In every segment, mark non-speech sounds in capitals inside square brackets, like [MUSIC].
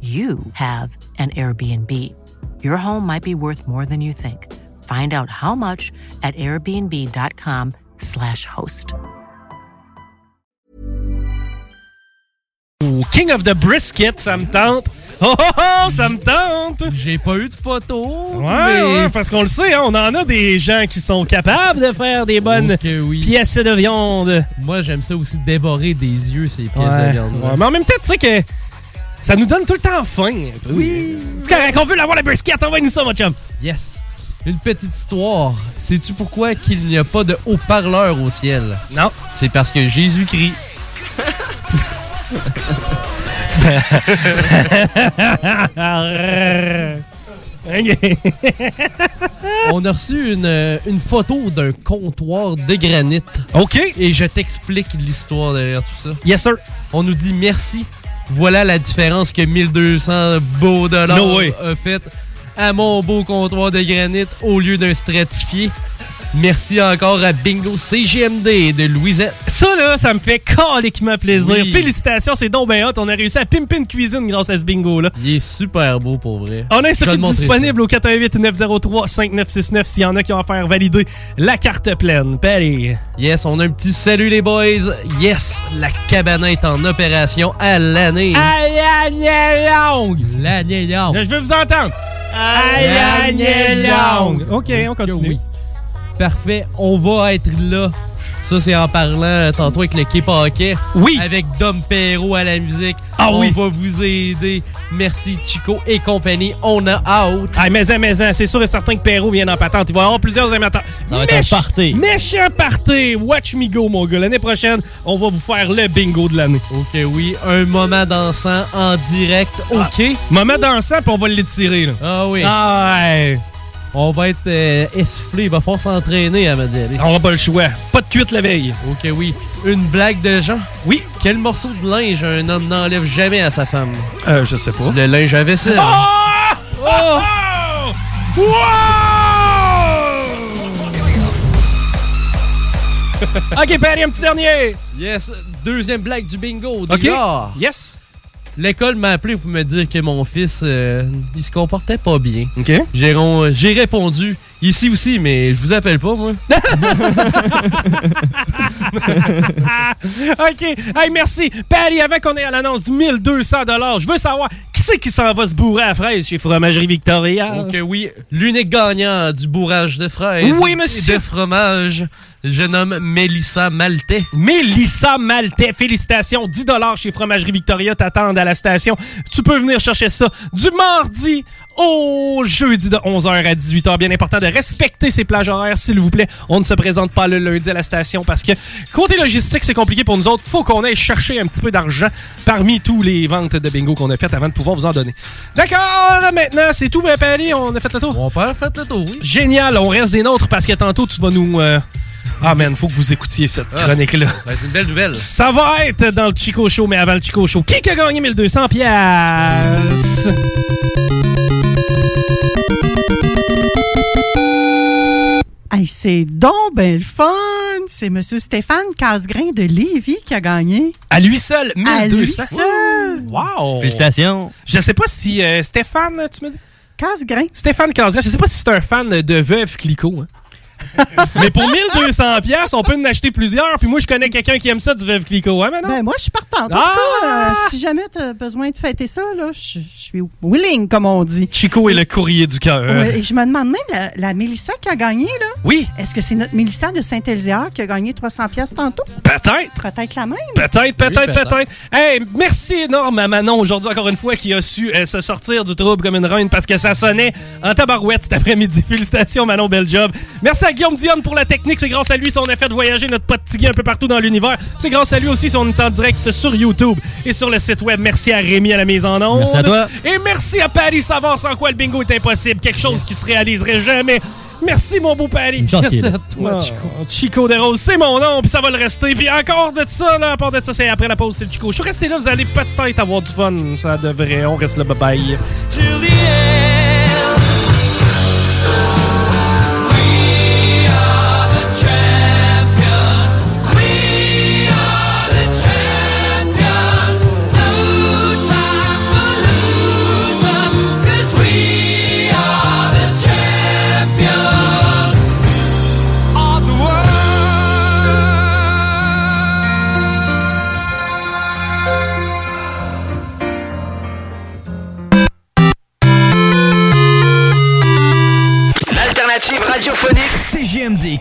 you have an Airbnb. Your home might be worth more than you think. Find out how much at airbnb.com/slash host. Au King of the Brisket, ça me tente. Oh, oh, oh, ça me tente! J'ai pas eu de photo. Ouais, ouais, parce qu'on le sait, hein, on en a des gens qui sont capables de faire des bonnes que oui. pièces de viande. Moi, j'aime ça aussi dévorer des yeux ces pièces Ouais, de viande. ouais, mais en même temps, tu sais que ça nous donne tout le temps faim. un peu. Oui. C'est correct, on veut l'avoir la brisket, envoie-nous ça, mon chum. Yes. Une petite histoire. Sais-tu pourquoi qu'il n'y a pas de haut-parleur au ciel? Non. C'est parce que [LAUGHS] Jésus-Christ. [LAUGHS] Ok. [LAUGHS] On a reçu une, euh, une photo d'un comptoir de granit. OK. Et je t'explique l'histoire derrière tout ça. Yes, sir. On nous dit merci. Voilà la différence que 1200 beaux dollars No way. a fait à mon beau comptoir de granit au lieu d'un stratifié. Merci encore à Bingo CGMD de Louisette. Ça, là, ça me fait caliquement plaisir. Oui. Félicitations, c'est donc ben hot. On a réussi à pimper une cuisine grâce à ce bingo-là. Il est super beau pour vrai. On a un Je vais circuit te montrer disponible au 418-903-5969 s'il y en a qui vont faire valider la carte pleine. Patty. ça. Yes, on a un petit salut les boys. Yes, la cabana est en opération à l'année. Longue. l'année Là, je veux vous entendre. Longue. OK, on continue. Oui. Parfait, on va être là. Ça, c'est en parlant euh, tantôt avec le K-Paquet. Oui. Avec Dom Perrault à la musique. Ah on oui. va vous aider. Merci Chico et compagnie. On a out. Ah, mais en, mais en, c'est sûr et certain que Perrault vient en patente. Il va y avoir plusieurs amateurs. Ça va être un Méch- party. Méchant party. Watch me go, mon gars. L'année prochaine, on va vous faire le bingo de l'année. Ok, oui. Un moment dansant en direct. Ok. Ah. Moment dansant, puis on va l'étirer, là. Ah, oui. Ah, ouais. On va être euh, essoufflé. Il va falloir s'entraîner à me dire. On n'a pas le choix. Pas de cuite la veille. Ok, oui. Une blague de Jean. Oui. Quel morceau de linge un homme n'enlève jamais à sa femme? Euh, je sais pas. Le linge à vaisselle. Oh! Wow! OK, Patty, un petit dernier. Yes. Deuxième blague du bingo. OK. Dégard. Yes. ah, L'école m'a appelé pour me dire que mon fils, euh, il se comportait pas bien. OK. J'ai ron- j'ai répondu, ici aussi, mais je vous appelle pas, moi. [LAUGHS] OK. Hey, merci. Patty, avant qu'on ait à l'annonce du 1200 je veux savoir qui c'est qui s'en va se bourrer à fraise chez Fromagerie Victoria? Donc euh, oui, l'unique gagnant du bourrage de fraises Oui, monsieur. et de fromage, je nomme Mélissa Maltais. Mélissa Maltais, félicitations. 10 chez Fromagerie Victoria t'attendent à la station. Tu peux venir chercher ça du mardi au jeudi de 11h à 18h. Bien important de respecter ces plages horaires, s'il vous plaît. On ne se présente pas le lundi à la station parce que côté logistique, c'est compliqué pour nous autres. Faut qu'on aille chercher un petit peu d'argent parmi tous les ventes de bingo qu'on a faites avant de pouvoir vous en donner. D'accord, maintenant, c'est tout, ben, Paris. On a fait le tour. Mon père fait le tour. Génial, on reste des nôtres parce que tantôt, tu vas nous... euh, Ah, man, faut que vous écoutiez cette Ah. chronique-là. Ben, C'est une belle nouvelle. Ça va être dans le Chico Show, mais avant le Chico Show, qui a gagné 1200 pièces Hey, c'est donc ben le fun! C'est Monsieur Stéphane Casgrain de Lévis qui a gagné. À lui seul, À 1200. lui seul! Wow! Félicitations. Je sais pas si euh, Stéphane, tu me dis? Casgrain. Stéphane Casgrain, je sais pas si c'est un fan de Veuve Clicquot. hein. [LAUGHS] Mais pour 1200$, piastres, on peut en acheter plusieurs. Puis moi, je connais quelqu'un qui aime ça du Veuve Clicquot, hein, maintenant? Ben, moi, je suis partante. En Ah! tout cas, euh, si jamais tu as besoin de fêter ça, là, je je suis willing, comme on dit. Chico est le courrier du cœur. Ouais, et je me demande même, la, la Mélissa qui a gagné, là, Euh. Oui, est-ce que c'est notre Mélissa de Saint-Elzière qui a gagné 300 pièces tantôt? peut-être. Peut-être la même. Peut-être, peut-être, peut-être. peut-être. Hey, merci énorme à Manon aujourd'hui, encore une fois, qui a su euh, se sortir du trouble comme une reine parce que ça sonnait en tabarouette cet après-midi. [LAUGHS] Félicitations, Manon, bel job. Merci à Guillaume Dionne pour la technique. C'est grâce à lui si on a fait voyager notre pote Tigui un peu partout dans l'univers. C'est grâce à lui aussi si on est en direct sur YouTube et sur le site web. Merci à Rémi à la mise en onde. Merci à toi. Et merci à Paris Savard, sans quoi le bingo est impossible. Quelque chose qui se réaliserait jamais. Merci, mon beau Paris. Une chance qu'il est là. à toi, Ah, Chico. Chico des Roses, c'est mon nom, puis ça va le rester. Puis encore de ça, là, à part de ça, c'est après la pause, c'est le Chico. Je suis resté là, vous allez peut-être avoir du fun. Ça devrait. On reste là, bye bye. L'alternative radiophonique. CGMD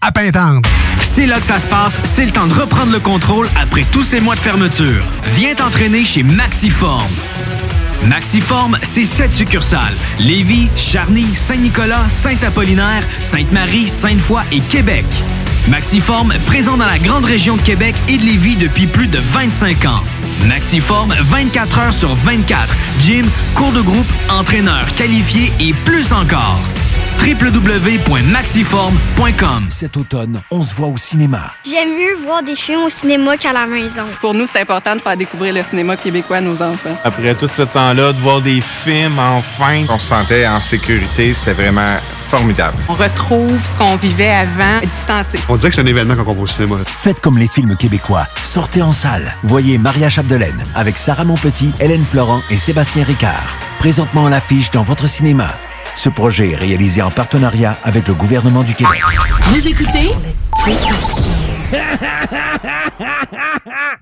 à Pintante. C'est là que ça se passe, c'est le temps de reprendre le contrôle après tous ces mois de fermeture. Viens t'entraîner chez Maxiform. Maxiform, c'est sept succursales. Lévis, Charny, Saint-Nicolas, Saint-Apollinaire, Sainte-Marie, Sainte-Foy et Québec. Maxiform, présent dans la grande région de Québec et de Lévis depuis plus de 25 ans. Maxiform, 24 heures sur 24. Gym, cours de groupe, entraîneur qualifié et plus encore. www.maxiform.com Cet automne, on se voit au cinéma. J'aime mieux voir des films au cinéma qu'à la maison. Pour nous, c'est important de faire découvrir le cinéma québécois à nos enfants. Après tout ce temps-là, de voir des films, enfin. On se sentait en sécurité, c'est vraiment formidable. On retrouve ce qu'on vivait avant, distancé. On dirait que c'est un événement quand on va au cinéma. Faites comme les films québécois. Sortez en salle. Voyez Maria Chapdelaine avec Sarah Monpetit, Hélène Florent et Sébastien Ricard. Présentement en l'affiche dans votre cinéma. Ce projet est réalisé en partenariat avec le gouvernement du Québec.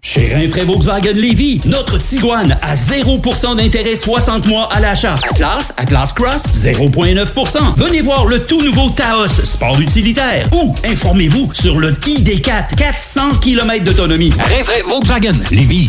Chez Rinfraie Volkswagen Lévy, notre Tiguan à 0% d'intérêt 60 mois à l'achat. Atlas, Atlas Cross, 0,9%. Venez voir le tout nouveau Taos, sport utilitaire. Ou informez-vous sur le ID4, 400 km d'autonomie. Rinfraie Volkswagen Lévy.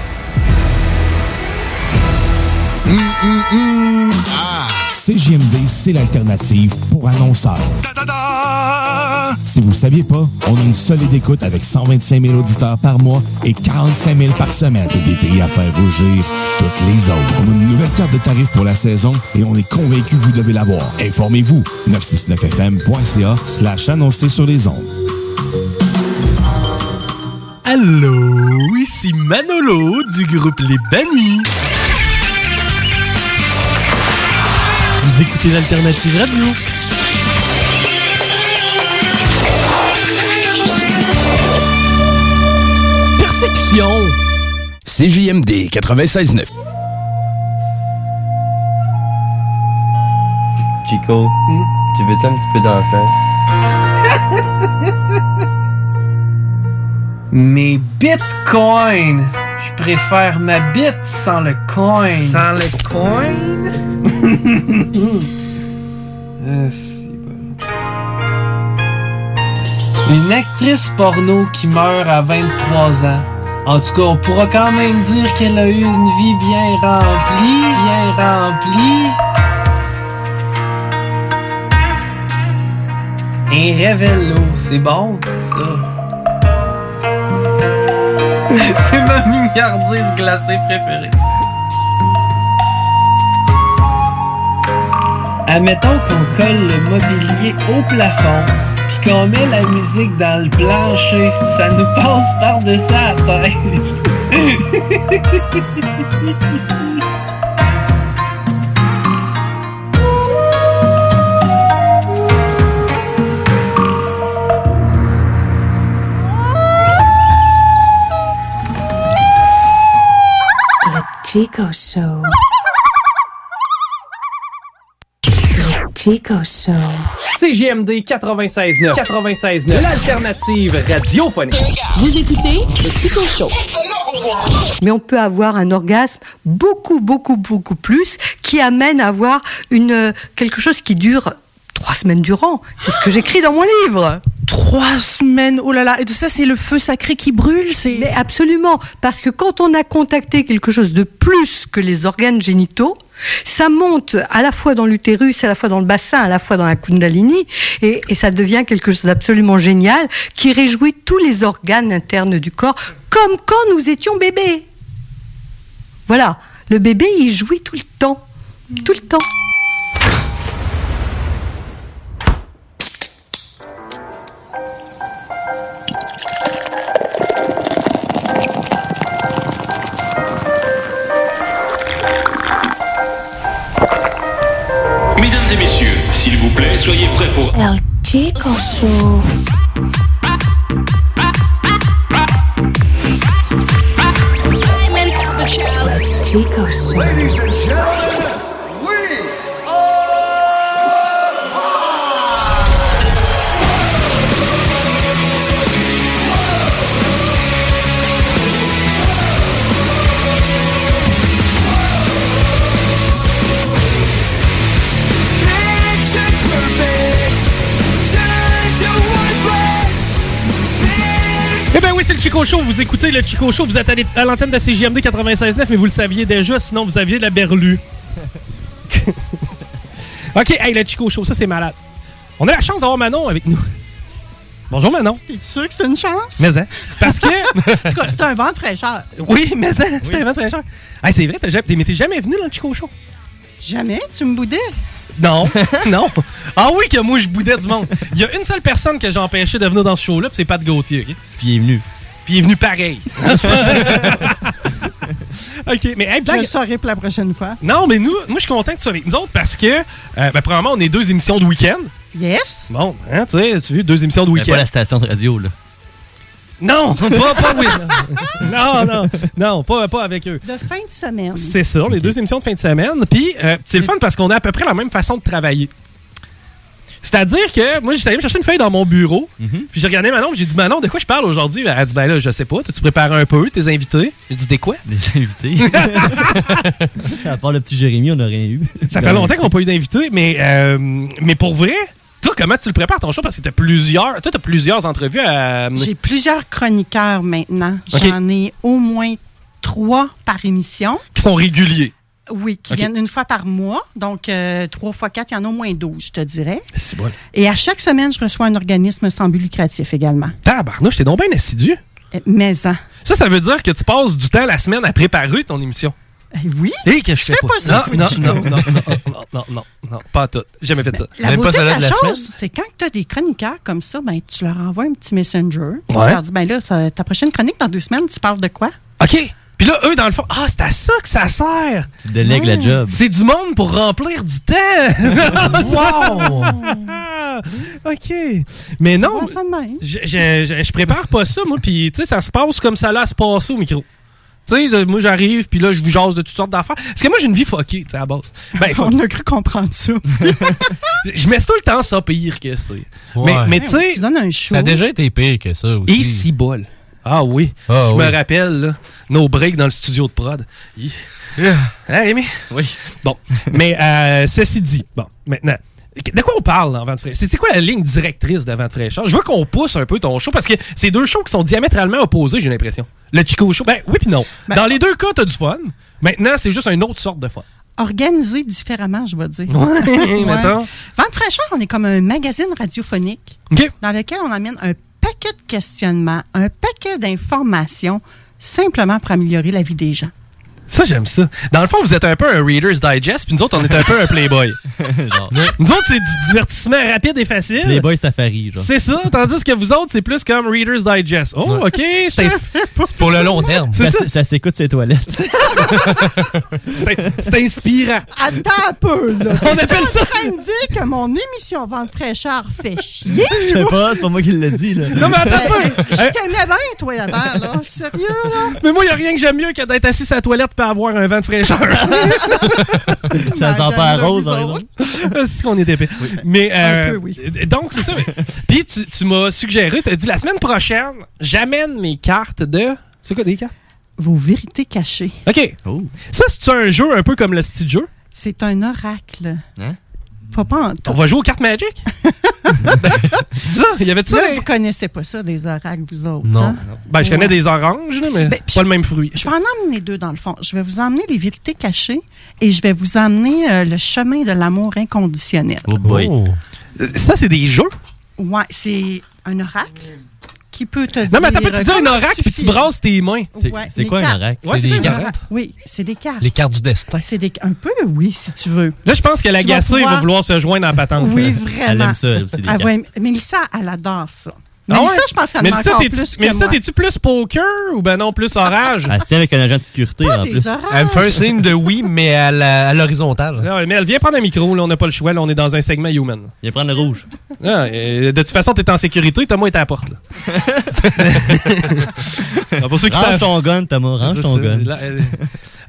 CGMD, c'est l'alternative pour annonceurs. Ah! Si vous saviez pas, on a une solide écoute avec 125 000 auditeurs par mois et 45 000 par semaine et des prix à faire rougir toutes les autres. On a une nouvelle carte de tarifs pour la saison et on est convaincu que vous devez l'avoir. Informez-vous 969fm.ca slash annoncer sur les ondes. Allô, ici Manolo du groupe Les Bannis. Vous écoutez l'Alternative Radio. Perception. CJMD 96.9. Chico, tu veux-tu un petit peu danser? Mes bitcoins. Je préfère ma bite sans le coin. Sans le [LAUGHS] coin? Ah, Une actrice porno qui meurt à 23 ans. En tout cas, on pourra quand même dire qu'elle a eu une vie bien remplie, bien remplie. Un révélo, c'est bon, ça. [LAUGHS] c'est ma mignardise glacée préférée. Admettons qu'on colle le mobilier au plafond, puis qu'on met la musique dans le plancher, ça nous passe par-dessus la tête. The Chico Show. Chico Show. CGMD 96.9. 96.9. L'alternative radiophonique. Vous écoutez le Chico Show. Mais on peut avoir un orgasme beaucoup, beaucoup, beaucoup plus qui amène à avoir une, quelque chose qui dure trois semaines durant. C'est ce que j'écris dans mon livre. Trois semaines, oh là là, et tout ça c'est le feu sacré qui brûle, c'est... Mais absolument, parce que quand on a contacté quelque chose de plus que les organes génitaux, ça monte à la fois dans l'utérus, à la fois dans le bassin, à la fois dans la kundalini, et, et ça devient quelque chose d'absolument génial qui réjouit tous les organes internes du corps, comme quand nous étions bébés. Voilà, le bébé il jouit tout le temps, tout le temps. Mesdames et messieurs, s'il vous plaît, soyez prêts pour... El Chico Show. Chico Show. Picture perfect, turned to one place. Eh ben oui, c'est le Chico Show. Vous écoutez le Chico Show. Vous êtes à l'é- à l'antenne de CGMD 96.9, mais vous le saviez déjà, sinon vous aviez la berlue. OK, hey, le Chico Show, ça c'est malade. On a la chance d'avoir Manon avec nous. Bonjour Manon. T'es sûr que c'est une chance? Mais hein, parce [LAUGHS] que... En tout cas, c'est un vent très cher. Oui, mais hein, c'était un vent très cher. Hey, c'est vrai, t'as jamais- t'es- mais t'es jamais venu dans le Chico Show. Jamais? Tu me boudais? [LAUGHS] Non, non. Ah oui, que moi, je boudais du monde. Il y a une seule personne que j'ai empêché de venir dans ce show-là, puis c'est Pat Gauthier. OK? Puis il est venu. Puis il est venu pareil. [LAUGHS] OK, mais... hey, puis Là, je- je saurai pour la prochaine fois. Non, mais nous, moi, je suis content que tu sois avec nous autres parce que, euh, ben, premièrement, on est deux émissions de week-end. Yes. Bon, hein, tu sais, tu as vu deux émissions de Mais week-end. pas la station de radio, là. [LAUGHS] Non, pas, pas oui. [LAUGHS] Non, non, non, pas, pas avec eux. [LAUGHS] De fin de semaine. C'est ça, les deux émissions de fin de semaine. Puis, euh, c'est le fun parce qu'on a à peu près la même façon de travailler. C'est-à-dire que moi, j'étais allé me chercher une feuille dans mon bureau. Mhm. Puis j'ai regardé Manon, puis j'ai dit Manon, de quoi je parle aujourd'hui Elle a dit Ben là, je sais pas, tu prépares un peu tes invités. J'ai dit Des quoi Des invités. [LAUGHS] à part le petit Jérémy, on n'a rien eu. Ça fait longtemps qu'on n'a pas eu d'invité, mais, euh, mais pour vrai, toi, comment tu le prépares ton show? Parce que t'as plusieurs, toi, t'as plusieurs entrevues euh, à. J'ai plusieurs chroniqueurs maintenant. OK. J'en ai au moins trois par émission. qui sont réguliers. Oui, qui Ok. viennent une fois par mois. Donc, euh, trois fois quatre, il y en a au moins 12, je te dirais. C'est bon. Et à chaque semaine, je reçois un organisme sans but lucratif également. Tabarnouche, t'es donc bien assidu. Mais hein, ça. Ça, ça veut dire que tu passes du temps la semaine à préparer ton émission. eh oui. Et que je fais fais pas ça, toi, non, Chico. non, non, non, non, non, non, non, non, pas à tout. Jamais fait ça. La beauté de la, chose, c'est quand tu as des chroniqueurs comme ça, ben, tu leur envoies un petit messenger. Tu Ouais. leur dis, ben là, ça- ta prochaine chronique dans deux semaines, tu parles de quoi? OK. Puis là, eux, dans le fond, ah, c'est à ça que ça sert. Tu délègues la job. C'est du monde pour remplir du temps. wow! [LAUGHS] OK. Mais non, je, je, je, je prépare pas ça, moi. Puis, tu sais, ça se passe comme ça là, se passer au micro. Tu sais, de- moi, j'arrive, puis là, je vous jase de toutes sortes d'affaires. Parce que moi, j'ai une vie fuckée, tu sais, à la base. Ben, fuck. On a cru comprendre ça. [LAUGHS] je mets tout le temps ça pire que c'est. Mais, mais tu sais, Ben tu donnes un show. ça a déjà J'ai été pire que ça aussi. Et si bol. Ah oui. je oui. me rappelle, là, nos breaks dans le studio de prod. Hi. Hein, Rémi? Oui. Bon. Mais euh, ceci dit, bon, maintenant. De quoi on parle là, en Vente fraîche? C'est c'est quoi la ligne directrice de Vente fraîcheur? Je veux qu'on pousse un peu ton show parce que c'est deux shows qui sont diamétralement opposés, j'ai l'impression. Le Chico Show, ben oui puis non. Dans les deux cas, t'as du fun. Maintenant, c'est juste une autre sorte de fun. Organisé différemment, je vais dire. [LAUGHS] Ouais, mettons. Vente fraîcheur, on est comme un magazine radiophonique OK. dans lequel on amène un paquet de questionnements, un paquet d'informations, simplement pour améliorer la vie des gens. Ça, j'aime ça. Dans le fond, vous êtes un peu un Reader's Digest, puis nous autres, on est un peu un [LAUGHS] Playboy. Nous autres, c'est du divertissement rapide et facile. Playboy Safari, genre. C'est ça, tandis que vous autres, c'est plus comme Reader's Digest. Oh, OK, [LAUGHS] c'est c'est pour le long terme. C'est Ça, ça, s- ça s'écoute ses toilettes. [LAUGHS] c'est c'est inspirant. Attends un [LAUGHS] peu, là. On appelle ça- Tu es en train de dire que mon émission Vente fraîcheur [LAUGHS] fait chier. Je sais pas, c'est pas moi qui l'ai dit, là. Non, mais attends un Ben, peu. Je Hey. t'aimais bien, toi, la terre, là. Sérieux, [LAUGHS] là? Mais moi, il a rien que j'aime mieux que d'être assis à la toilette pour avoir un vent [LAUGHS] [LAUGHS] de fraîcheur. Ça sent pas à rose, par exemple. Ah, c'est qu'on est épais. Mais, euh, Donc, [LAUGHS] c'est ça. mais- Puis, tu, tu m'as suggéré, tu as dit la semaine prochaine, j'amène mes cartes de. C'est quoi des cartes Vos vérités cachées. OK. Oh. Ça, c'est un jeu un peu comme le style jeu. C'est un oracle. Hein? Pas pas en tout. On va jouer aux cartes Magic. [LAUGHS] c'est ça? Il y avait de ça? Là, hein? vous connaissez pas ça, des oracles, vous autres. hein? Ben, je connais Ouais. Ben, des oranges, là, mais pas le même fruit. Je vais en emmener deux, dans le fond. Je vais vous emmener les vérités cachées et je vais vous emmener euh, le chemin de l'amour inconditionnel. Oh. Euh, Ça, c'est des jeux? Ouais, c'est un oracle qui peut te dire. euh, Non, mais attends, pas, tu dis un comment oracle tu puis tu files. brasses tes mains. C'est- Ouais, c'est les quoi un cartes. oracle? Ouais, C'est c'est des des cartes. cartes. Oui, c'est des cartes. Les cartes du destin. C'est des... un peu, oui, si tu veux. Là, je pense que la Tu vas gacée pouvoir- va vouloir se joindre en patente. Oui, là. vraiment. Ah, ouais, Mélissa, elle adore ça. Ah ouais? Mélissa, je pense qu'elle en a Mélissa, encore t'es-tu- plus que Mélissa, moi. t'es-tu plus poker ou ben non, plus orage? Elle se tient avec un agent de sécurité, en plus. Elle me fait un signe de oui, mais à la- à l'horizontale. Non, Ah, mais elle vient prendre un micro, là, on n'a pas le choix, là, on est dans un segment human. Viens prendre le rouge. Ah, euh, de toute façon, t'es en sécurité, Thomas est à la porte. Là. [LAUGHS] Ah, pour ceux qui range savent- ton gun, Thomas, range C'est ton ça, gun. là, euh,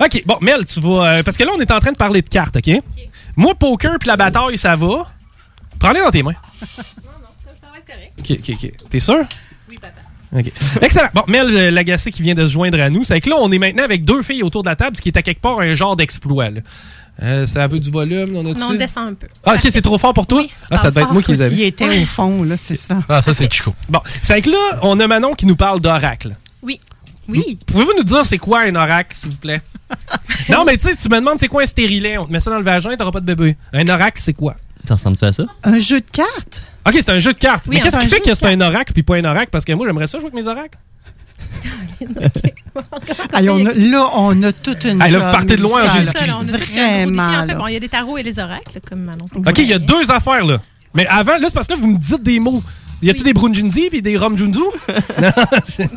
OK, bon, Mel, tu vas. euh, parce que là, on est en train de parler de cartes, OK? Moi, poker puis la bataille, ça va. Prends-les dans [LAUGHS] tes mains. OK, OK, OK. T'es sûr? Oui, papa. OK. Excellent. Bon, Mel euh, Lagacé qui vient de se joindre à nous. C'est que là, on est maintenant avec deux filles autour de la table, ce qui est à quelque part un genre d'exploit. là. Euh, ça veut du volume, on a Non, on descend un peu. Ah, OK, c'est trop fort pour toi? ah, ça devait être moi qui les avais. Il était au fond, là, c'est ça. Ah, ça, c'est Chico. Bon, c'est que là, on a Manon qui nous parle d'oracle. Oui. Oui. Pouvez-vous nous dire c'est quoi un oracle, s'il vous plaît? [LAUGHS] non, mais tu sais, tu me demandes c'est quoi un stérilet. On te met ça dans le vagin, t'auras pas de bébé. Un oracle, c'est quoi? Ça ressemble-tu à ça? Un jeu de cartes? Ok, c'est un jeu de cartes. Oui, mais qu'est-ce c'est qui un fait jeu que de c'est un oracle puis pas un oracle? Parce que moi, j'aimerais ça jouer avec mes oracles. Allez, on a- là, on a toute une. Hey, là, vous job, partez de loin, Mélissa, hein, là. j'ai- Là, on a tout plein de gros défis, Vraiment. en fait. là. Bon, il y a des tarots et les oracles, comme [LAUGHS] Manon. Ok, il y a deux affaires, là. Mais avant, là, c'est parce que là, vous me dites des mots. Y a-tu des Brunjunzi puis [LAUGHS] des Romjunzu?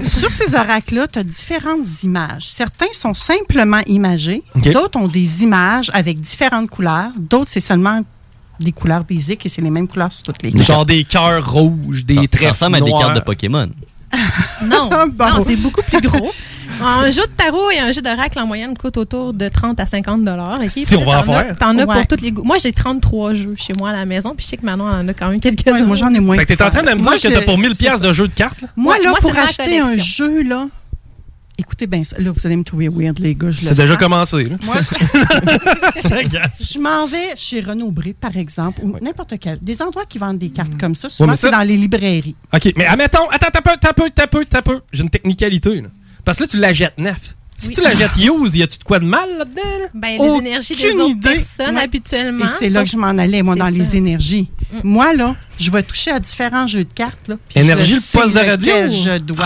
Sur ces oracles-là, tu as différentes images. Certains sont simplement imagés, OK. d'autres ont des images avec différentes couleurs, d'autres, c'est seulement des couleurs basiques et c'est les mêmes couleurs sur toutes les cartes. Genre des cœurs rouges, des Ça- traits Ça ressemble à des noirs. cartes de Pokémon. Non, Ah, non c'est beaucoup plus [LAUGHS] gros. Un jeu de tarot et un jeu d'oracle en moyenne coûtent autour de 30 à 50 dollars. Si, on va en faire. T'en as Ouais. pour tous les goûts. Moi, j'ai 33 jeux chez moi à la maison, puis je sais que Manon en a quand même quelques-uns. moi, j'en ai moins. Fait que t'es en train de me Moi, dire que je- t'as pour 1000 c'est pièces ça. de jeu de cartes, là? Moi, Ouais, là, moi, pour c'est ma acheter un collection. jeu, là, écoutez bien ça. Là, vous allez me trouver weird, les gars. je le C'est déjà sens. [LAUGHS] [LAUGHS] commencé, là. Moi, [LAUGHS] je, je m'en vais chez Renaud Bré, par exemple, ou n'importe quel. Des endroits qui vendent des cartes comme ça, souvent, Hmm. mais ça- c'est dans les librairies. OK, mais admettons, attends, t'as peu, t'as peu, t'as peu, t'as peu. J'ai une technicalité, là. Parce que là, tu la jettes neuf. Si tu la jettes use, y a-tu de quoi de mal là-dedans? là? Ben, les énergies des Aucune autres idée. personnes, Ouais. habituellement. Et c'est là sont- que je m'en allais, moi, dans les énergies. Mm. Moi, là, je vais toucher à différents jeux de cartes. Là, puis Énergie, je le poste de sais radio? lequel Je dois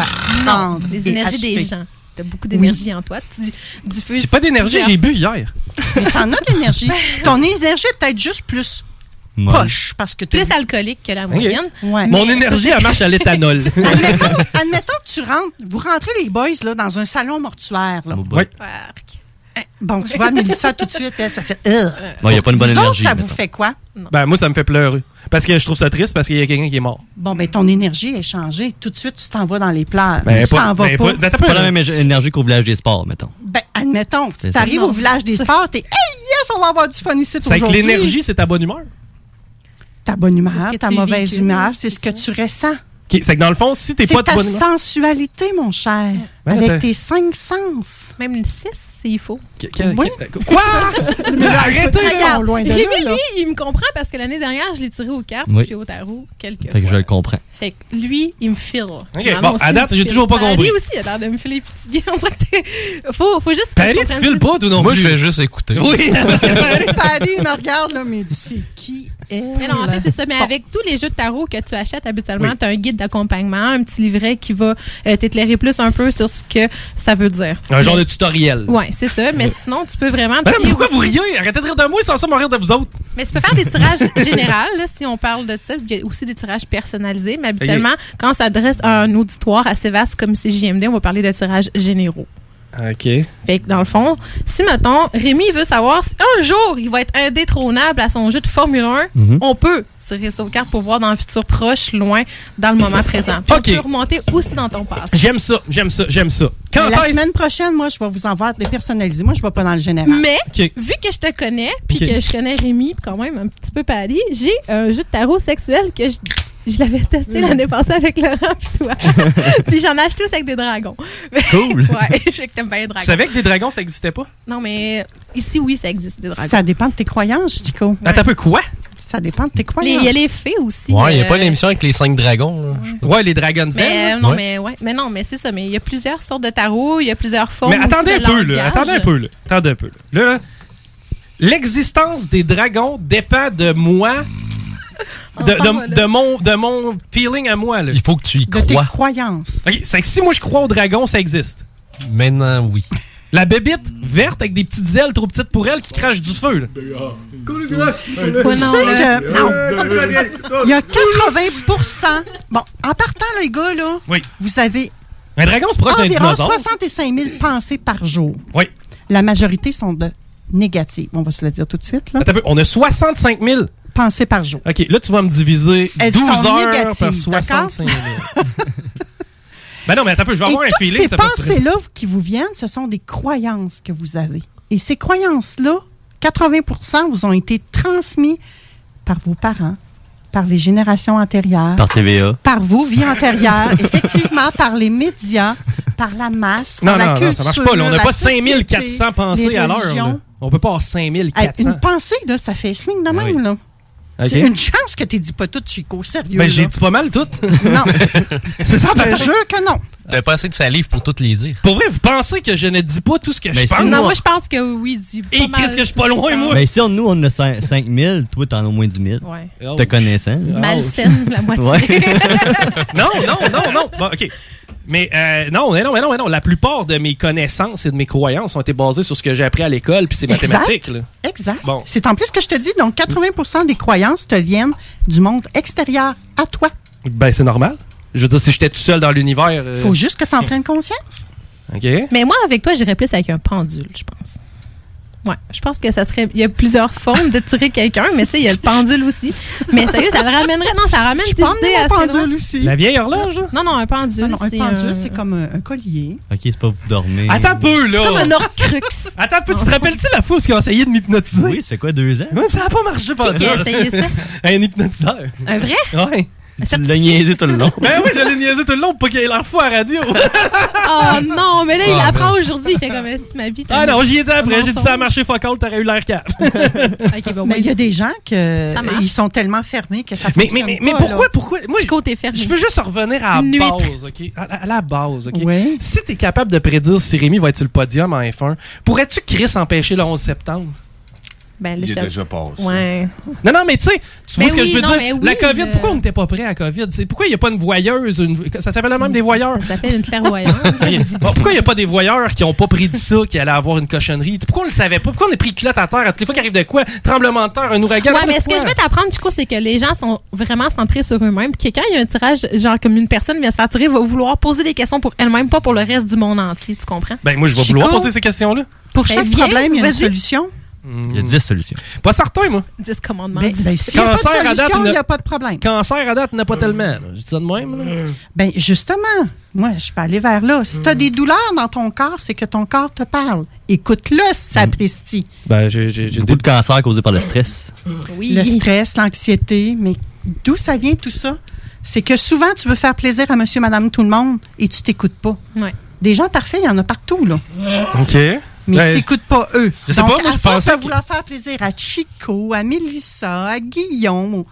prendre. Les et énergies des acheter. gens. T'as beaucoup d'énergie en toi. Tu diffuses. J'ai pas d'énergie, j'ai bu hier. Mais t'en as [LAUGHS] d'énergie. Ton énergie est peut-être juste plus Ouais. poche parce que t'as Plus alcoolique que la moyenne. Ouais. Mon énergie, elle marche à l'éthanol. admettons, admettons que tu rentres, vous rentrez les boys là, dans un salon mortuaire. Là. Oui. Eh, Bon, tu vois, Mélissa, tout de suite, elle, ça fait. Euh. Ouais, y a pas une bonne Vous autres, énergie, ça vous mettons. fait quoi? Ben, moi, ça me fait pleurer. Parce que je trouve ça triste parce qu'il y a quelqu'un qui est mort. Bon, ben ton énergie est changée. Tout de suite, tu t'en vas dans les pleurs. Ben, tu pas- t'en vas ben, pas. C'est pas la même énergie qu'au village des sports, mettons. Ben, admettons, tu C'est ça. t'arrives au village des sports, t'es Hey, yes, on va avoir du fun ici C'est avec aujourd'hui. l'énergie, c'est ta bonne humeur. Ta bonne humeur, que ta tu mauvaise véhicules, humeur, c'est ce que tu ressens. Ok, C'est que dans le fond, si t'es C'est pas de ta bonne humeur. sensualité, mon cher. Ouais, t'as- avec tes cinq sens. Même le 6, c'est il faut. Que- que- Oui. que- Quoi? [LAUGHS] Mais arrêtez, Regarde, ils sont loin de là, Rémi, là. lui, il me comprend parce que l'année dernière, je l'ai tiré aux cartes Oui. puis au tarot quelques Fait que fois. je le comprends. Fait que lui, il me file. bon, à date, j'ai toujours pas compris. Ben, Lui aussi, il a l'air de me filer petit [LAUGHS] On dirait que t'es- faut, faut juste. Paris, qu'on tu comprenne- files pas, tout non Moi, plus. je vais juste écouter. [LAUGHS] [LAUGHS] Oui, parce que Paris- Paris il me regarde, là, mais c'est qui elle? Mais non, en fait, c'est ça. Mais avec tous les jeux de tarot que tu achètes habituellement, tu as un guide d'accompagnement, un petit livret qui va euh, t'éclairer plus un peu sur ce que ça veut dire. Un genre de tutoriel. Ouais, c'est ça. Mais sinon, tu peux vraiment. Ben non, mais pourquoi aussi- vous riez? Arrêtez de rire de moi sans ça me rire de vous autres. Mais tu peux faire des [LAUGHS] tirages généraux, là, si on parle de ça. Il y a aussi des tirages personnalisés, mais habituellement, quand on s'adresse à un auditoire assez vaste comme CJMD, on va parler de tirages généraux. OK. Fait que dans le fond, si mettons, Rémi veut savoir si un jour il va être indétrônable à son jeu de Formule 1, Mhm. on peut tirer sur carte pour voir dans le futur proche, loin, dans le moment présent. Puis Ok. On peut remonter aussi dans ton passé. J'aime ça, j'aime ça, j'aime ça. Quand la est-ce- semaine prochaine, moi, je vais vous envoyer des personnalisés. Moi, je ne vais pas dans le général. Mais, Ok. vu que je te connais, puis Ok. que je connais Rémi, puis quand même un petit peu Paris, j'ai un jeu de tarot sexuel que je, je l'avais Mm. testé l'année passée avec Laurent, puis [LAUGHS] toi. puis j'en ai acheté aussi avec des dragons. [LAUGHS] Cool. ouais, je sais que t'aimes bien les Tu dragons. savais que des dragons, ça n'existait pas? Non, mais ici, oui, ça existe, des dragons. Ça dépend de tes croyances, Chico. Attends un peu, quoi? Ça dépend de tes Les- croyances. Il y a les fées aussi. Ouais, il n'y a euh, pas l'émission avec les cinq dragons. Ouais, les Dragon's Mais, Den, euh, là. non, Ouais. mais, ouais. mais non, mais c'est ça. Mais il y a plusieurs sortes de tarots, il y a plusieurs formes. Mais attendez un aussi de peu, là. langage. Attendez un peu, là. Attendez un peu, là. Là, là, L'existence des dragons dépend de [LAUGHS] moi. Enfin, De, de- voilà. de mon, de mon feeling à moi. Là. Il faut que tu y de tes crois. croyances. OK, c'est que si moi je crois aux dragons, ça existe. Maintenant, oui. La bébite verte avec des petites ailes trop petites pour elle qui crache du feu. Là. Tu sais là. que- non. Il y a 80 Bon, en partant, les gars, là, Oui. vous avez Un dragon se proche d'un environ dinosaure. 65 000 pensées par jour. Oui. La majorité sont de négatives. On va se le dire tout de suite. Là. Attends un peu, On a 65 000. Pensées par jour. OK, là, tu vas me diviser Elles 12 sont heures par négatives, d'accord? 65 000. [LAUGHS] ben non, mais attends un peu, je vais Et avoir un toutes feeling. ces ça peut être pensées-là qui vous viennent, ce sont des croyances que vous avez. Et ces croyances-là, 80 vous ont été transmises par vos parents, par les générations antérieures, Par TVA. par vos vies [LAUGHS] antérieures, effectivement, par les médias, par la masse, Non, par la non, non, culture. ça marche pas. là. on n'a la pas société, 5400 pensées les à l'heure. religions. là. On peut pas avoir Hey, 5400. Une pensée, là, ça fait swing de même. là. Ah Ok. C'est une chance que tu dis pas tout, Chico, sérieux. Ben, j'ai là. dit pas mal toutes. Non. [LAUGHS] C'est ça, Je ben, te parce que- jure que non. T'as pas assez de salive pour toutes les dire. Pour vrai, vous pensez que je ne dis pas tout ce que je pense? Non, moi, je pense que oui. Du pas Et mal qu'est-ce que je suis pas tout le loin, temps. moi? Mais si on, nous, on en a 5 000, toi, t'en as au moins 10 000. Ouais. Te connaissant. là. Malsaine, la moitié. Ouais. [LAUGHS] Non, non, non, non. Bon, OK. Mais euh, non, mais non, mais non, mais non. La plupart de mes connaissances et de mes croyances ont été basées sur ce que j'ai appris à l'école, puis c'est Exact. mathématique. là. Exact. Bon. C'est en plus ce que je te dis. Donc, 80 des croyances te viennent du monde [LAUGHS] extérieur à toi. Ben, c'est normal. Je veux dire, si j'étais tout seul dans l'univers. euh, faut juste que tu en prennes conscience. OK. [LAUGHS] Mais moi, avec toi, j'irais plus avec un pendule, je pense. Ouais, je pense que ça serait. Il y a plusieurs formes de tirer quelqu'un, mais tu sais, il y a le pendule aussi. Mais sérieux, ça le ramènerait. Non, ça ramène Je tes prends idées mon assez loin. pendule aussi. La vieille horloge, là? Non, non, un pendule. Ah non, un c'est pendule, c'est comme euh, un, un collier. Ok, c'est pas vous dormez. Attends un peu, là. comme un orcrux. [LAUGHS] Attends un peu, tu te rappelles-tu la fois où ils ont essayé de m'hypnotiser? Oui, ça fait quoi, deux ans? [LAUGHS] Ouais, mais ça n'a pas marché pendant Qui a essayé ça? Un hypnotiseur. Un vrai? Ouais. Tu l'as niaisé tout le long. [LAUGHS] Ben oui, j'allais niaiser tout le long pour pas qu'il ait l'air fou à la radio. [LAUGHS] Oh non, mais là, il Ah, apprend aujourd'hui. Il fait comme si ma vie. t'as ah non, mis- j'y ai dit après. un J'ai dit ça a marché focal, t'aurais eu l'air cave. ben, mais il y a des gens que Ça marche. ils sont tellement fermés que ça Mais- fonctionne mais- mais pas, pourquoi- là. pourquoi moi Je veux juste en revenir à la Une huître. base, OK? À, à la base, OK? Si t'es capable de prédire si Rémi va être sur le podium en F1, pourrais-tu, Chris, empêcher le 11 septembre? Ben, là, Il est je te- déjà passé. Ouais. Non, non, mais tu sais, tu vois Ben ce que oui, je veux non, mais dire? oui, euh. la COVID, je- pourquoi on n'était pas prêt à la COVID? C'est pourquoi il n'y a pas une voyeuse? une- Ça s'appelle même [LAUGHS] des voyeurs. Ça s'appelle une clairvoyance. Bon, pourquoi il n'y a pas des voyeurs qui n'ont pas prédit ça, qui allaient avoir une cochonnerie? Pourquoi on ne le savait pas? Pourquoi on est pris culotte à terre? À toutes les fois qu'il arrive de quoi? Tremblement de terre, un ouragan? Ouais, Non, mais ce que pourquoi? je veux t'apprendre, Chico, c'est que les gens sont vraiment centrés sur eux-mêmes. Puis que quand il y a un tirage, genre comme une personne vient se faire tirer, va vouloir poser des questions pour elle-même, pas pour le reste du monde entier. Tu comprends? Ben, moi, je vais vouloir poser ces questions-là. Pour Ben, chaque viens, problème, il y a une vas-y. solution. Il y a 10 solutions. Pas certain, moi. 10 commandements. Ben, Mm. dix- ben, s'il y a pas de Cancer à date, solution, il n'a- il n'y a pas de problème. Cancer à date, n'a pas tellement. là. Je dis ça de même. là. Ben justement, moi, je peux aller vers là. Si tu as des douleurs dans ton corps, c'est que ton corps te parle. Écoute-le, sapristi. Ben, j'ai, j'ai, j'ai Beaucoup de cancers causés par le stress. Oui. Le stress, l'anxiété, mais d'où ça vient tout ça? C'est que souvent, tu veux faire plaisir à monsieur, madame, tout le monde et tu t'écoutes pas. Ouais. Des gens parfaits, il y en a partout, là. OK. Eh? Mais Ben, ils s'écoutent pas, eux. Je sais Donc, pas, moi, à je force pensais de que- vouloir faire plaisir à Chico, à Mélissa, à Guillaume,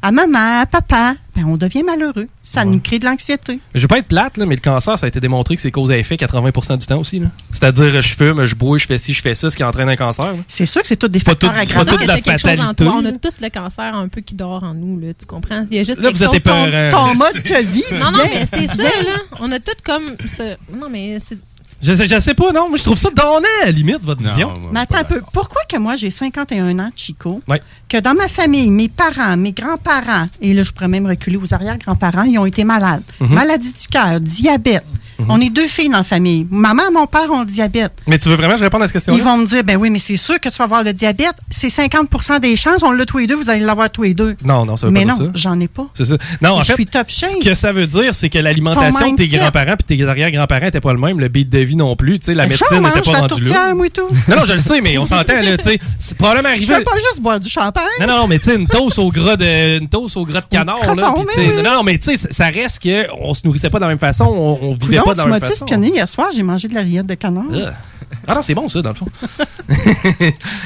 à maman, à papa, ben, on devient malheureux. Ça nous crée de l'anxiété. Je veux pas être plate, là, mais le cancer, ça a été démontré que c'est cause à effet 80% du temps aussi. là. C'est-à-dire, je fume, je bois, je fais ci, je fais ça, ce qui entraîne un cancer. C'est sûr que c'est tout des facteurs C'est aggravants. sûr Pas que toute la t'as quelque chose en fatalité. toi. On a tous le cancer un peu qui dort en nous, là, tu comprends? Il y a juste Là, quelque vous êtes chose- ton- épeurant. Ton [LAUGHS] mode de vie. Non, non, vient- mais c'est ça, vient- là. On a tout comme. ce- Non, mais c'est. Je sais, je sais pas, non. Moi, je trouve ça donné, à la limite, votre vision. Mais attends un peu. Pourquoi que moi, j'ai 51 ans, Chico, Ouais. que dans ma famille, mes parents, mes grands-parents, et là, je pourrais même reculer aux arrière-grands-parents, ils ont été malades. Mhm. Maladie du cœur, diabète. On est deux filles dans la famille. Maman et mon père ont le diabète. Mais tu veux vraiment que je réponde à cette question-là? Ils vont me dire, ben oui, mais c'est sûr que tu vas avoir le diabète. C'est 50 des chances. On l'a tous les deux, vous allez l'avoir tous les deux. Non, non, ça veut Mais pas non, dire ça. j'en ai pas. C'est ça. Non, en Je fait, suis top shape. ce que ça veut dire, c'est que l'alimentation de tes mindset. grands-parents puis tes arrière-grands-parents n'était pas le même, le beat de vie non plus, tu sais, la Ben, Je médecine mange n'était la pas rendue là. tourtière, moi et tout. Non, non, je le sais, mais on s'entend, là, tu sais. c'est Problème Je arrivé. veux pas juste boire du champagne. Non, non, mais tu sais, une toast au gras de, une toast au gras de canard, là. croton, puis mais tu sais, oui. Non, non, mais tu sais, ça- ça reste que on se nourrissait pas de la même façon, on, on vivait Coudon, pas de la tu m'as même dit façon. espionné hier soir, j'ai mangé de la rillette de canard. Ah. Ah non, c'est bon ça, dans le fond.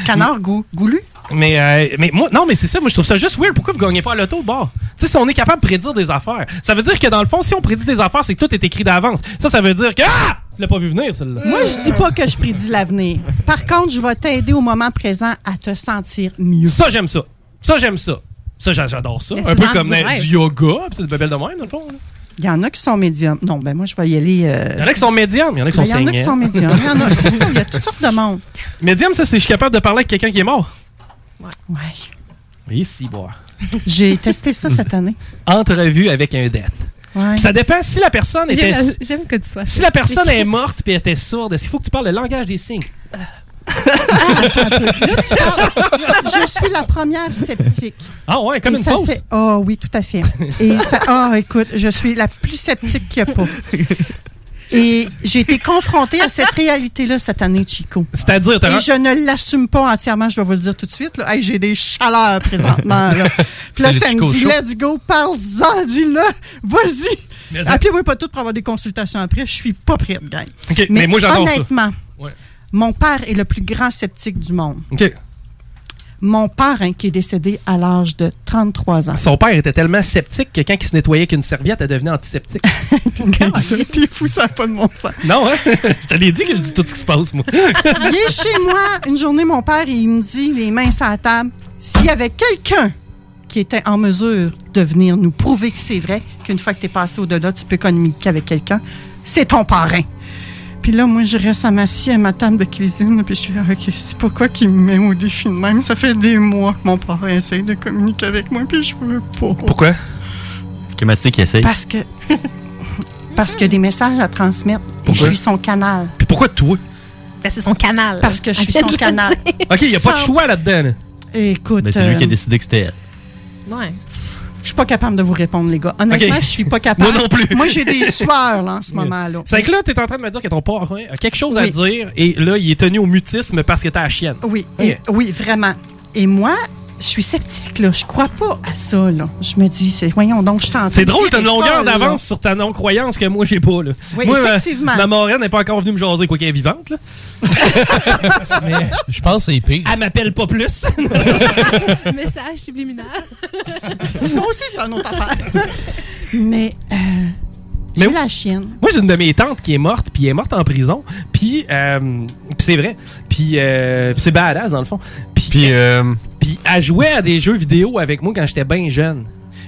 Canard gou- goulu. Mais, euh, mais moi, non, mais c'est ça, moi je trouve ça juste weird. Pourquoi vous gagnez pas à l'auto de bord? Tu sais, si on est capable de prédire des affaires, ça veut dire que dans le fond, si on prédit des affaires, c'est que tout est écrit d'avance. Ça, ça veut dire que. Ah! Tu l'as pas vu venir, celle-là. Euh, Moi, je dis pas que je prédis l'avenir. Par contre, je vais t'aider au moment présent à te sentir mieux. Ça, j'aime ça. Ça, j'aime ça. Ça, j'a- j'adore ça. Mais Un c'est peu dans comme du euh, rêve. du yoga, pis c'est de belle de même, dans le fond. là. Il y en a qui sont médiums. Non, ben moi, je vais y aller. euh, Il y en a qui sont médiums, il y en a qui sont Il y en a qui saignants. sont médiums. Il y en a, c'est ça, il y a [LAUGHS] toutes sortes de monde. Médium, ça, c'est je suis capable de parler avec quelqu'un qui est mort. Oui, si, boire. J'ai testé ça cette [LAUGHS] année. Entrevue avec un death. Ouais. Puis Ça dépend si la personne était. J'aime la- J'aime que tu sois. Si la personne est morte puis était sourde, est-ce qu'il faut que tu parles le langage des signes? [LAUGHS] Je suis la première sceptique. Ah ouais, comme Et une ça fausse. fait- Ah oui, tout à fait. Et ça, ah, écoute, je suis la plus sceptique qu'il n'y a pas. Et j'ai été confrontée à [LAUGHS] cette réalité-là cette année, Chico. C'est-à-dire, t'as Et un- je ne l'assume pas entièrement, je dois vous le dire tout de suite. là. Hey, j'ai des chaleurs présentement. [LAUGHS] Là. Puis là, C'est le ça me Chico dit, Show. let's go, parle-en, dis-le, Mais vas-y. ça- Appelez-moi pas tout pour avoir des consultations après, je suis pas prête, gang. Ok, mais moi, j'adore ça. Honnêtement, Ouais. mon père est le plus grand sceptique du monde. OK. Mon père, hein, qui est décédé à l'âge de 33 ans. Son père était tellement sceptique que quand il se nettoyait qu'une serviette, elle [LAUGHS] devenait antiseptique. [LAUGHS] T'es fou, ça n'a pas de mon sens. non, hein? [LAUGHS] Je te l'ai dit que je dis tout ce qui se passe, moi. [LAUGHS] Il est chez moi. Une journée, mon père, il me dit, les mains sur la table, s'il y avait quelqu'un qui était en mesure de venir nous prouver que c'est vrai, qu'une fois que tu es passé au-delà, tu peux communiquer avec quelqu'un, c'est ton parrain. Puis là, moi, je reste à m'assier à ma table de cuisine, puis je suis OK, c'est pourquoi qu'il me met au défi de même? Ça fait des mois que mon parrain essaye de communiquer avec moi, puis je veux pas. Pourquoi? Climatique qui essaye. Parce que. Parce que des messages à transmettre. Pourquoi? Je suis son canal. Puis pourquoi toi? Ben, c'est son canal. Parce que je Elle suis vient son de le canal. OK, il n'y a pas de Sans- choix là-dedans. là. Écoute. Mais Ben, c'est lui qui a euh, décidé que c'était elle. Ouais. Je suis pas capable de vous répondre, les gars. Honnêtement, Ok. je suis [LAUGHS] pas capable. Moi non plus. Moi, j'ai des sueurs là, en [LAUGHS] ce moment-là. C'est que là, t'es en train de me dire que ton parrain a quelque chose à Oui. dire et là, il est tenu au mutisme parce que t'as la chienne. Oui, Ok. et- oui, vraiment. Et moi, je suis sceptique, là. Je crois pas à ça, là. Je me dis, c'est, voyons donc, je t'entends. C'est drôle, t'as une dire, longueur folle, là. [LAUGHS] d'avance sur ta non-croyance que moi, j'ai pas. Là. Oui, moi, euh, effectivement. ma moraine n'est pas encore venue me jaser, quoi qu'elle est vivante. Là. Je pense que c'est pire. Elle m'appelle pas [LAUGHS] plus. [LAUGHS] Message [LAUGHS] subliminal. Ça aussi, c'est un autre affaire. [LAUGHS] Mais, euh, Mais j'ai oui. la chienne. Moi, j'ai une de mes tantes qui est morte, puis elle est morte en prison, puis euh, puis c'est vrai, puis euh, puis c'est badass dans le fond. Puis puis, euh, elle jouait à des jeux vidéo avec moi quand j'étais bien jeune.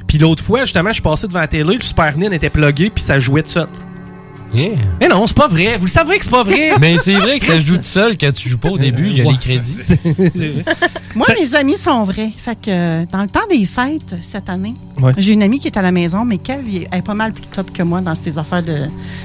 Puis l'autre fois, justement, je suis passé devant la télé, le Super NES était plugué, puis ça jouait tout seul. Mais non, c'est pas vrai. Vous le savez que c'est pas vrai. [LAUGHS] Mais c'est vrai que ça joue [LAUGHS] tout seul quand tu joues pas au début, il y a les crédits. [LAUGHS] Moi, mes amis sont vrais. Fait que euh, dans le temps des fêtes cette année, Ouais. j'ai une amie qui est à la maison, mais qu'elle elle est- elle est pas mal plus top que moi dans ces affaires de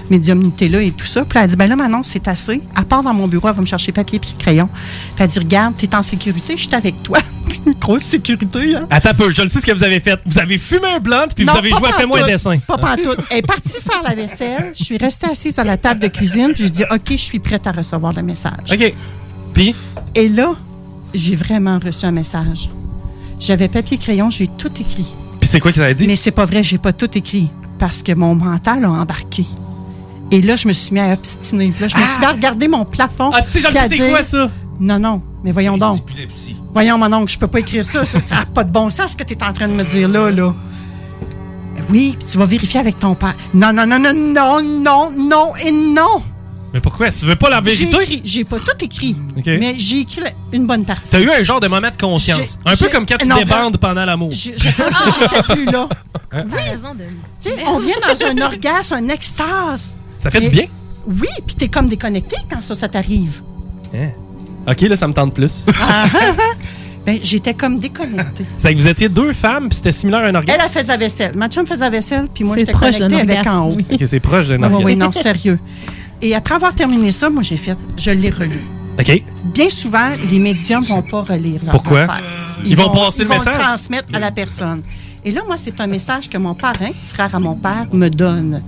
médiumnité-là et tout ça. Puis elle a dit Ben là, Manon, c'est assez. À part dans mon bureau, elle va me chercher papier puis crayon. Puis elle dit Regarde, t'es en sécurité, je suis avec toi. [LAUGHS] Une grosse sécurité, hein? Attends un peu, je le sais ce que vous avez fait. Vous avez fumé un blunt, puis vous Non, avez pas joué à Fais-moi un pantoute, dessin. Pas pantoute. Elle est partie faire la vaisselle. Je suis restée assise à la table de cuisine. Puis j'ai dit, OK, je suis prête à recevoir le message. OK. Puis? Et là, j'ai vraiment reçu un message. J'avais papier et crayon, j'ai tout écrit. Puis c'est quoi qu'ils avaient dit? Mais c'est pas vrai, j'ai pas tout écrit. Parce que mon mental a embarqué. Et là, je me suis mis à obstiner. Là, je me suis mis à regarder mon plafond. Ah, si, je le puis à sais, c'est dire, quoi, ça? Non, non, mais voyons donc. Épilepsie. Voyons, mon oncle, je peux pas écrire ça. Ça n'a pas de bon sens ce que tu es en train de me dire là, là. Ben Oui, puis tu vas vérifier avec ton père. Non, non, non, non, non, non, non et non. Mais pourquoi? Tu veux pas la J'ai vérité? écrit- J'ai pas tout écrit, Ok. mais j'ai écrit la- une bonne partie. T'as eu un genre de moment de conscience. J'ai- Un peu j'ai- comme quand tu non, débandes pendant l'amour. Hein? J'étais plus [LAUGHS] là. Comparaison de. Tu sais, on vient dans un orgasme, un extase. Ça fait du Et- bien? Oui, puis t'es comme déconnecté quand ça, ça t'arrive. Hein? Ok, là, ça me tente plus. Ah, ah, ah. ben, j'étais comme déconnectée. C'est que vous étiez deux femmes, puis c'était similaire à un orgasme. Elle, elle faisait la vaisselle. Ma chum faisait la vaisselle, puis moi, C'est j'étais proche d'un connectée avec orgasme, en haut. Ok, c'est proche d'un Eh Oui, oui, orgasme. oui, non, sérieux. Et après avoir terminé ça, moi, j'ai fait, je l'ai relu. Ok. Bien souvent, les médiums vont pas relire leur Pourquoi? affaire. Ils vont passer le message? Ils vont transmettre à la personne. Et là, moi, c'est un message que mon parrain, frère à mon père, me donne.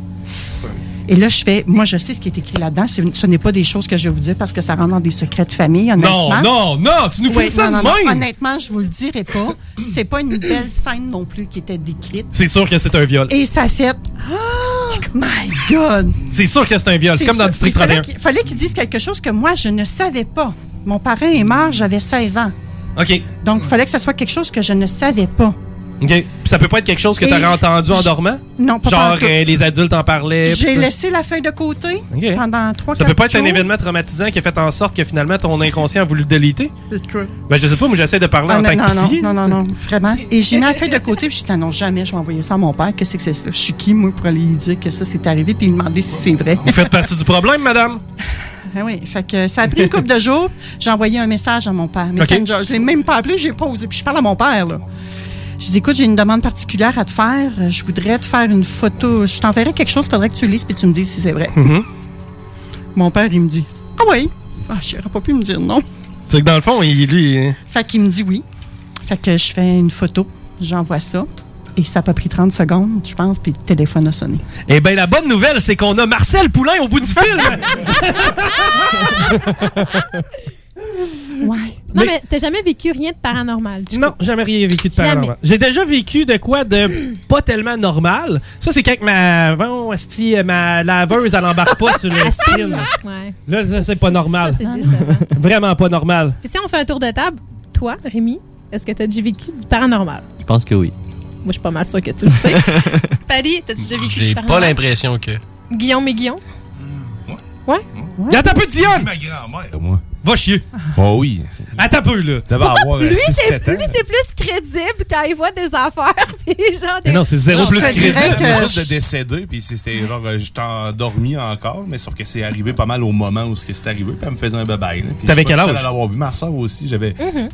Et là, je fais, moi, je sais ce qui est écrit là-dedans. C'est- Ce n'est pas des choses que je vais vous dire parce que ça rentre dans des secrets de famille, Non, honnêtement. non, non, tu nous fais Ouais, ça non, de non, non. même! Honnêtement, je vous le dirai pas. C'est pas une belle scène non plus qui était décrite. C'est sûr que c'est un viol. Et ça fait, oh [LAUGHS] my God! C'est sûr que c'est un viol. C'est comme dans sûr. District Il fallait 31. qu'il- fallait qu'ils disent quelque chose que moi, je ne savais pas. Mon parrain est mort, j'avais 16 ans. OK. Donc, il fallait que ce soit quelque chose que je ne savais pas. OK. Puis ça peut pas être quelque chose que Et- t'aurais entendu en dormant? Non, pas Genre, pantoute. euh, les adultes en parlaient. J'ai puis- laissé la feuille de côté Ok. pendant 3 Ça peut pas être un événement traumatisant qui a fait en sorte que finalement ton inconscient a voulu le déliter? Ben, je sais pas, moi j'essaie de parler Ah, en non, tant que non, psy. non, non, non, non, vraiment. Et j'ai mis la feuille de côté, puis je suis dit, non, jamais je vais envoyer ça à mon père. Qu'est-ce que c'est ça? Je suis qui, moi, pour aller lui dire que ça, c'est arrivé, puis lui demander si c'est vrai? Vous faites partie du problème, madame? Ah oui, fait que ça a pris une couple de jours. J'ai envoyé un message à mon père. Messenger. Je l'ai même pas appelé, j'ai posé. Puis je parle à mon père, là. Je dis, écoute, j'ai une demande particulière à te faire. Euh, Je voudrais te faire une photo. Je t'enverrai quelque chose, faudrait que tu lises puis tu me dis si c'est vrai. Mm-hmm. Mon père, il me dit, ah oui. Ah, je n'aurais pas pu me dire non. C'est que dans le fond, il lui. Fait qu'il me dit oui. Fait que je fais une photo, j'envoie ça. Et ça n'a pas pris 30 secondes, je pense, puis le téléphone a sonné. Eh bien, la bonne nouvelle, c'est qu'on a Marcel Poulain au bout du fil! Non, Mais- mais t'as jamais vécu rien de paranormal. du [LAUGHS] Non, coup. jamais rien vécu de Jamais. paranormal. J'ai déjà vécu de quoi de pas tellement normal. Ça, c'est quand que ma, bon, esti, ma laveuse, elle embarque pas sur le spin. Ah, Ouais. Là, ça, c'est pas normal. Ça, c'est décevant. Vraiment pas normal. Puis si on fait un tour de table, toi, Rémi, est-ce que t'as déjà vécu du paranormal? Je pense que oui. Moi, je suis pas mal sûre que tu le [LAUGHS] sais. Paris, t'as-tu déjà vécu J'ai du pas paranormal? l'impression que. Guillaume et Guillaume? Ouais. Hmm, Ouais. Attends un peu, Dionne! Ma grand-mère. Va chier. Oh oui. Attends un peu, là. Tu devais avoir Lui, c'est 6-7 ans. lui, c'est plus crédible quand il voit des affaires. [LAUGHS] Puis genre des... Mais non, c'est zéro Non, plus je te crédible. dirais que- que juste de décéder, puis c'était genre, euh, j'étais endormi encore, mais sauf que c'est arrivé pas mal au moment où ce que c'est arrivé, puis elle me faisait un bye-bye. là. Puis T'avais je quel suis pas le seul âge? à l'avoir vu, ma soeur aussi, j'avais euh, Mhm.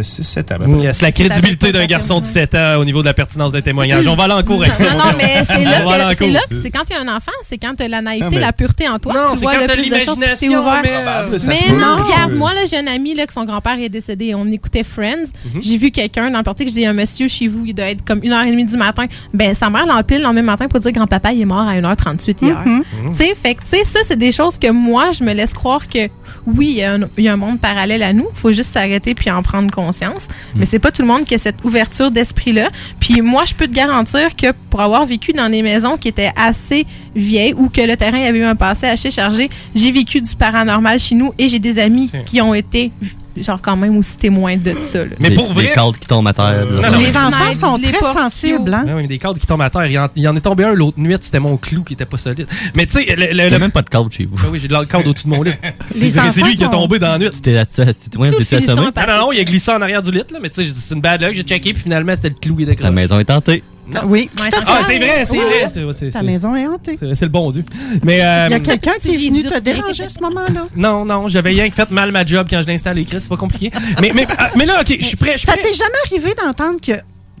6-7 ans. à peu près. Oui, C'est Mm, la crédibilité d'un garçon de 17 ans au niveau de la pertinence d'un témoignage. On va aller en cours avec ça. Non, non, mais c'est là, Ah, On va aller en que- c'est cours. là que c'est quand t'es un enfant, c'est quand t'as la naïveté, Non, mais- la pureté en toi, Non, tu c'est vois quand le t'as plus de choses que t'es l'imagination, ouvert. mais, euh, ça Mais se peut, non, ça se regarde, peut. moi, là, j'ai un ami là, que son grand-père est décédé, on écoutait Friends, Mhm. j'ai vu quelqu'un dans le portique, j'ai dit, un monsieur chez vous, il doit être comme comme 1h30 du matin. Ben, sa mère l'empile le lendemain matin pour dire grand-papa, il est mort à 1h38 hier. Mhm. Mm. Tu sais, fait que, tu sais, ça, c'est des choses que moi, je me laisse croire que oui, il y, a un- il y a un monde parallèle à nous. faut juste s'arrêter puis en prendre conscience. Mm. Mais c'est pas tout le monde qui a cette ouverture d'esprit-là. Puis moi, je peux te garantir que pour avoir vécu dans des maisons qui étaient assez vieilles ou que le terrain avait eu un passé assez chargé, j'ai vécu du paranormal chez nous et j'ai des amis Ok. qui ont été, genre, quand même aussi témoins de ça. là. Mais pour vrai- Les cadres qui tombent à terre. là. Les enfants fenêtres, sont les très portios. sensibles, hein? Ouais, ouais, Ben mais des cadres qui tombent à terre. Il y en, il en est tombé un l'autre nuit, c'était mon clou qui était pas solide. Mais tu sais, le, le- Il y a le- même pas de cadre chez vous. Ah oui, j'ai de la cadre au-dessus de mon lit. Les C'est c'est enfants lui qui est sont- tombé dans la nuit. Tu t'es assis- assis- ouais, tu t'es assommé. Non, non, non, il a glissé en arrière du lit, là, mais tu sais, c'est une bad luck, j'ai checké, puis finalement, c'était le clou qui était Ta crevé. maison est tentée. Oui, tout à Ah, fait. c'est vrai, c'est Oui. vrai. c'est- c'est- Ta c'est- maison est hantée. C'est c'est le bon Dieu. Mais, euh, Il y a quelqu'un qui est venu te J'ai dit- déranger à ce moment-là. Non, non, j'avais rien que fait mal ma job quand je l'ai installé, Chris, c'est pas compliqué. Mais, mais, ah, mais là, ok, je suis prêt. je suis Ça prêt. t'est jamais arrivé d'entendre que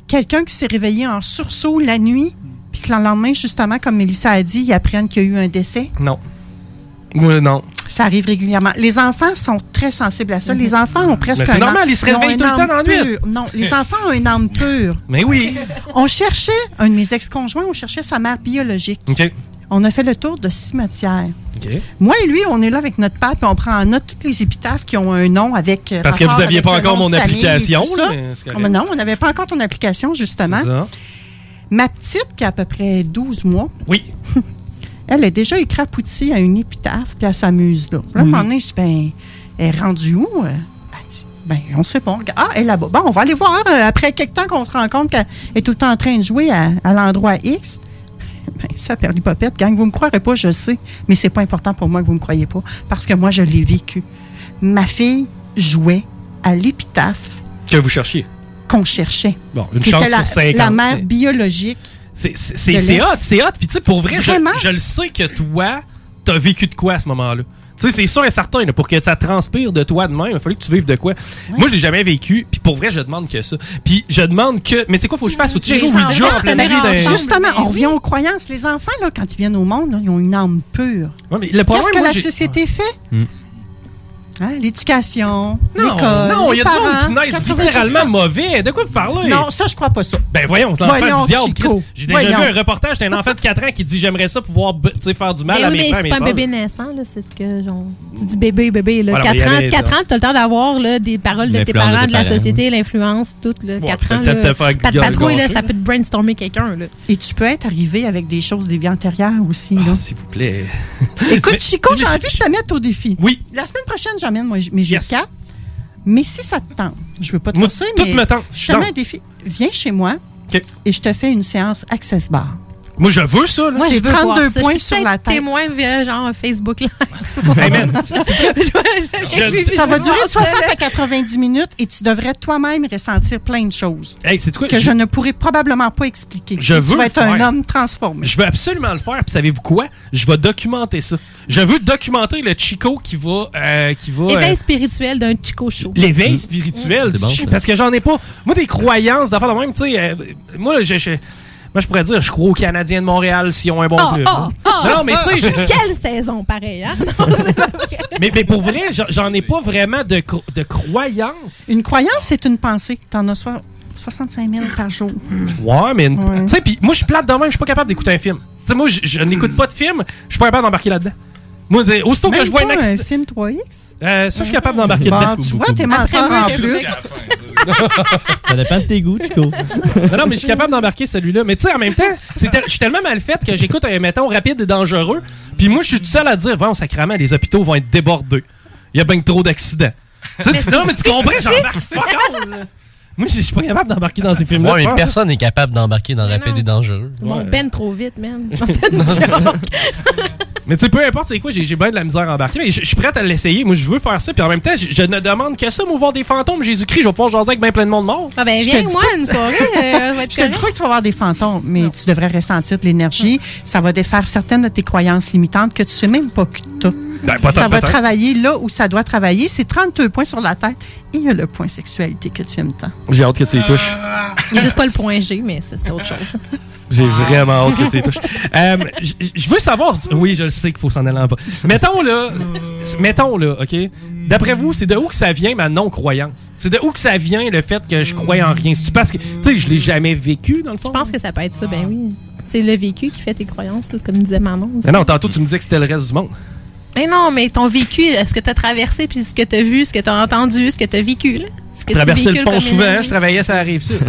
quelqu'un qui s'est réveillé en sursaut la nuit, puis que le lendemain, justement, comme Mélissa a dit, ils apprennent qu'il y a eu un décès? Non. Oui, non. Ça arrive régulièrement. Les enfants sont très sensibles à ça. Les enfants ont presque Mm-hmm. Mais c'est un normal, âme- ils se ont réveillent un tout le temps âme dans la nuit. pure. Non, les enfants ont une âme pure. Mais oui. [LAUGHS] On cherchait, un de mes ex-conjoints, on cherchait sa mère biologique. OK. On a fait le tour de cimetière. OK. Moi et lui, on est là avec notre pape et on prend en note toutes les épitaphes qui ont un nom avec. euh, Parce que vous rapport aviez avec pas le encore nom de mon famille et tout application, ça. là, mais c'est Ah, correct. mais non, on n'avait pas encore ton application, justement. Ça. Ma petite, qui a à peu près 12 mois, Oui. [LAUGHS] elle est déjà écrapoutie à une épitaphe, puis elle s'amuse là. Puis Là, un Mhm. moment donné, je dis, ben, elle est rendue où? euh? Elle dit, ben, on sait pas. On regarde. Ah, elle est là-bas. Bon, on va aller voir. euh, Après quelques temps qu'on se rend compte qu'elle est tout le temps en train de jouer à, à l'endroit X. [LAUGHS] Ben, ça, perlipopette, gang, vous me croirez pas, je sais, mais c'est pas important pour moi que vous me croyez pas, parce que moi, je l'ai vécu. Ma fille jouait à l'épitaphe Que vous cherchiez. qu'on cherchait. Bon, une qui chance était la, sur 50. La mère biologique. C'est- C'est c'est- de c'est l'ex. hot, c'est hot. Puis tu sais, pour vrai, je, Vraiment? je le sais que toi, t'as vécu de quoi à ce moment-là. Tu sais, c'est sûr et certain, là, pour que ça transpire de toi demain, il a fallu que tu vives de quoi. Moi, je l'ai jamais vécu, puis pour vrai, je demande que ça. Puis je demande que. Mais c'est quoi, faut que je fasse? Faut que tu Les joues au enfants, Ouija en plein c'est milieu d'un- Justement, Ben on revient aux croyances. Les enfants, là, quand ils viennent au monde, là, ils ont une âme pure. Ouais, mais le problème, Qu'est-ce que moi, la j'ai- société fait? Hmm. Hein, L'éducation, Non, l'école, non, il y a les du monde qui parents, naissent 90%. viscéralement mauvais. De quoi vous parlez? Non, ça, je crois pas ça. Ben voyons, c'est l'enfant Voyons, du diable, Chris. Chico. J'ai déjà Voyons. vu un reportage d'un enfant de 4 ans qui dit J'aimerais ça pouvoir b- tu sais, faire du mal Ben à oui, mes mais frères et c'est mes pas un sœurs. bébé naissant, là, c'est ce que genre, tu dis bébé, bébé. Là, Voilà, mais il 4, y ans, avait, quatre ça. ans, t'as le temps d'avoir là, des paroles de tes L'influence de parents, tes de la parents. société, l'influence, tout. Là, 4 ans, peut-être te là, faire pas de gueuler, patrouille, là, gâcher. ça peut te brainstormer quelqu'un. là. Et tu peux être arrivé avec des choses des vies antérieures aussi. là. S'il vous plaît. Écoute, Mais- Chico, j'ai mais- envie de te mettre au défi. Oui. La semaine prochaine, j'amène moi, mes jeux de cartes. Mais si ça te tente, je veux pas te Moi, forcer, tout mais me tente. Je je suis te mets down. un défi. Viens chez moi et je te fais une séance Access Bar. Moi, je veux ça. Là. Moi, j'ai Je veux voir 32 ça. points Je suis sur la peut-être tête. témoin via genre Facebook Live. [LAUGHS] Hey, man, c'est- [LAUGHS] Je- Ça va durer de 60 à 90 minutes et tu devrais toi-même ressentir plein de choses Hey, c'est quoi? que je, Je- ne pourrai probablement pas expliquer. Je Et veux tu vas le être un faire. homme transformé. Je veux absolument le faire, puis savez-vous quoi? Je vais documenter ça. Je veux documenter le Chico qui va. euh, qui va euh, Éveil spirituel d'un Chico Show. L'éveil spirituel, du Mm, bon, chi- ça. parce que j'en ai pas. Moi, des croyances, d'affaires de même, tu sais, euh, moi, je, je- moi, je pourrais dire, je crois aux Canadiens de Montréal s'ils ont un bon Oh, club. oh, oh, non, non, mais tu [LAUGHS] sais, je- Quelle saison, pareil, [LAUGHS] hein? mais, mais pour vrai, j'en- j'en ai pas vraiment de, cro- de croyances. Une croyance, c'est une pensée. Tu en as soi- 65 000 par jour. Ouais, mais. une- Tu sais, puis moi, je suis plate de même, je suis pas capable d'écouter un film. Tu sais, moi, je, je n'écoute pas de film, je suis pas capable d'embarquer là-dedans. Moi, c'est- aussitôt que Même je vois pas un accident. film 3X. Euh, ça, je suis capable d'embarquer Bon, dedans. Bah, tu [LAUGHS] vois, t'es menteur en plus. Ça dépend de tes goûts, Chico. Non, non, mais je suis capable d'embarquer celui-là. Mais tu sais, en même temps, c'est tel- je suis tellement mal faite que j'écoute un mettons rapide et dangereux. Puis moi, je suis tout seul à dire, vraiment, sacrément, les hôpitaux vont être débordés. Il y a bien que trop d'accidents. Tu sais, tu- non, mais tu comprends, j'embarque fuck [LAUGHS] all, là. Moi, je je suis pas capable d'embarquer dans ces films-là. Ouais, je mais pense. personne n'est capable d'embarquer dans Rapide et Dangereux. Ils vont Ouais. ben trop vite, man. Mais tu sais, peu importe c'est quoi, j'ai j'ai bien de la misère à embarquer. Mais je je suis prête à l'essayer. Moi, je veux faire ça. Puis en même temps, je je ne demande que ça, moi, voir des fantômes. Jésus-Christ, je vais pouvoir jaser avec bien plein de monde mort. Ah ben, Je te viens, dis moi, pas- une soirée. euh, ça va être [LAUGHS] Je te dis correct. pas que tu vas avoir des fantômes, mais tu devrais ressentir de l'énergie. Ça va défaire certaines de tes croyances limitantes que tu sais même pas que tu Ben, pas tant, ça va peut-être. travailler là où ça doit travailler. C'est 32 points sur la tête. Et il y a le point sexualité que tu aimes tant. J'ai hâte que tu y touches. Il n'y a juste pas le point G, mais c'est c'est autre chose. J'ai vraiment hâte que tu [LAUGHS] les touches. Euh, j- j- Je veux savoir. Oui, je le sais qu'il faut s'en aller en bas. Mettons là. s- Mettons là, OK? D'après vous, c'est de où que ça vient ma non-croyance? C'est de où que ça vient le fait que je crois en rien? C'est parce que. Tu sais, je l'ai jamais vécu, dans le fond. Je pense que ça peut être ça, ben oui. C'est le vécu qui fait tes croyances, là, comme disait Manon. aussi. Mais non, tantôt, tu me disais que c'était le reste du monde. Mais non, mais ton vécu, euh, ce que tu as traversé, puis ce que tu as vu, ce que tu as entendu, ce que tu as vécu. là. Ce que tu Traverser le véhicules pont comme souvent, hein, énergie. je travaillais, ça [LAUGHS] arrive sûr.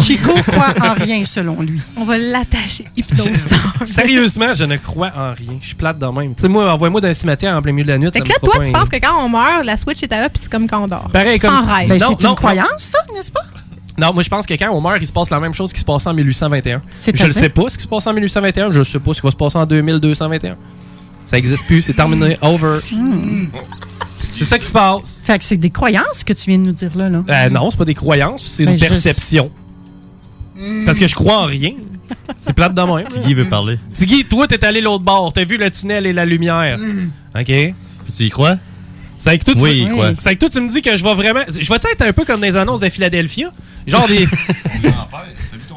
Chico croit en rien, selon lui. On va l'attacher. Hypnose. Sérieusement, je ne crois en rien. Je suis plate de même. Tu sais, moi, envoie-moi dans un cimetière en plein milieu de la nuit. Fait ça que me là, fera toi, pas tu un- penses que quand on meurt, la Switch est à eux, puis c'est comme quand on dort. Pareil Sans comme- rêve. Ben, c'est Non, une non, croyance. ça, n'est-ce pas? Non, moi je pense que quand on meurt, il se passe la même chose qui se passe en 1821. Je C'est-à-dire? ne sais pas ce qui se passe en 1821, je ne sais pas ce qui va se passer en 2221. Ça n'existe plus, c'est terminé, over. C'est ça qui se passe. Hmm. Fait que c'est des croyances que tu viens de nous dire là, là. Euh, non, c'est pas des croyances, c'est Ben, une je- Hmm. perception. Parce que je crois en rien. C'est plate de même. Guy veut parler. Tiggy, toi, t'es allé l'autre bord, t'as vu le tunnel et la lumière. Hmm. OK? Puis tu y crois? C'est avec toi, tu Oui, quoi. C'est avec toi, tu me dis que je vais vraiment. Je vais-tu être un peu comme dans les annonces de Philadelphia? Genre des. T'as vu ton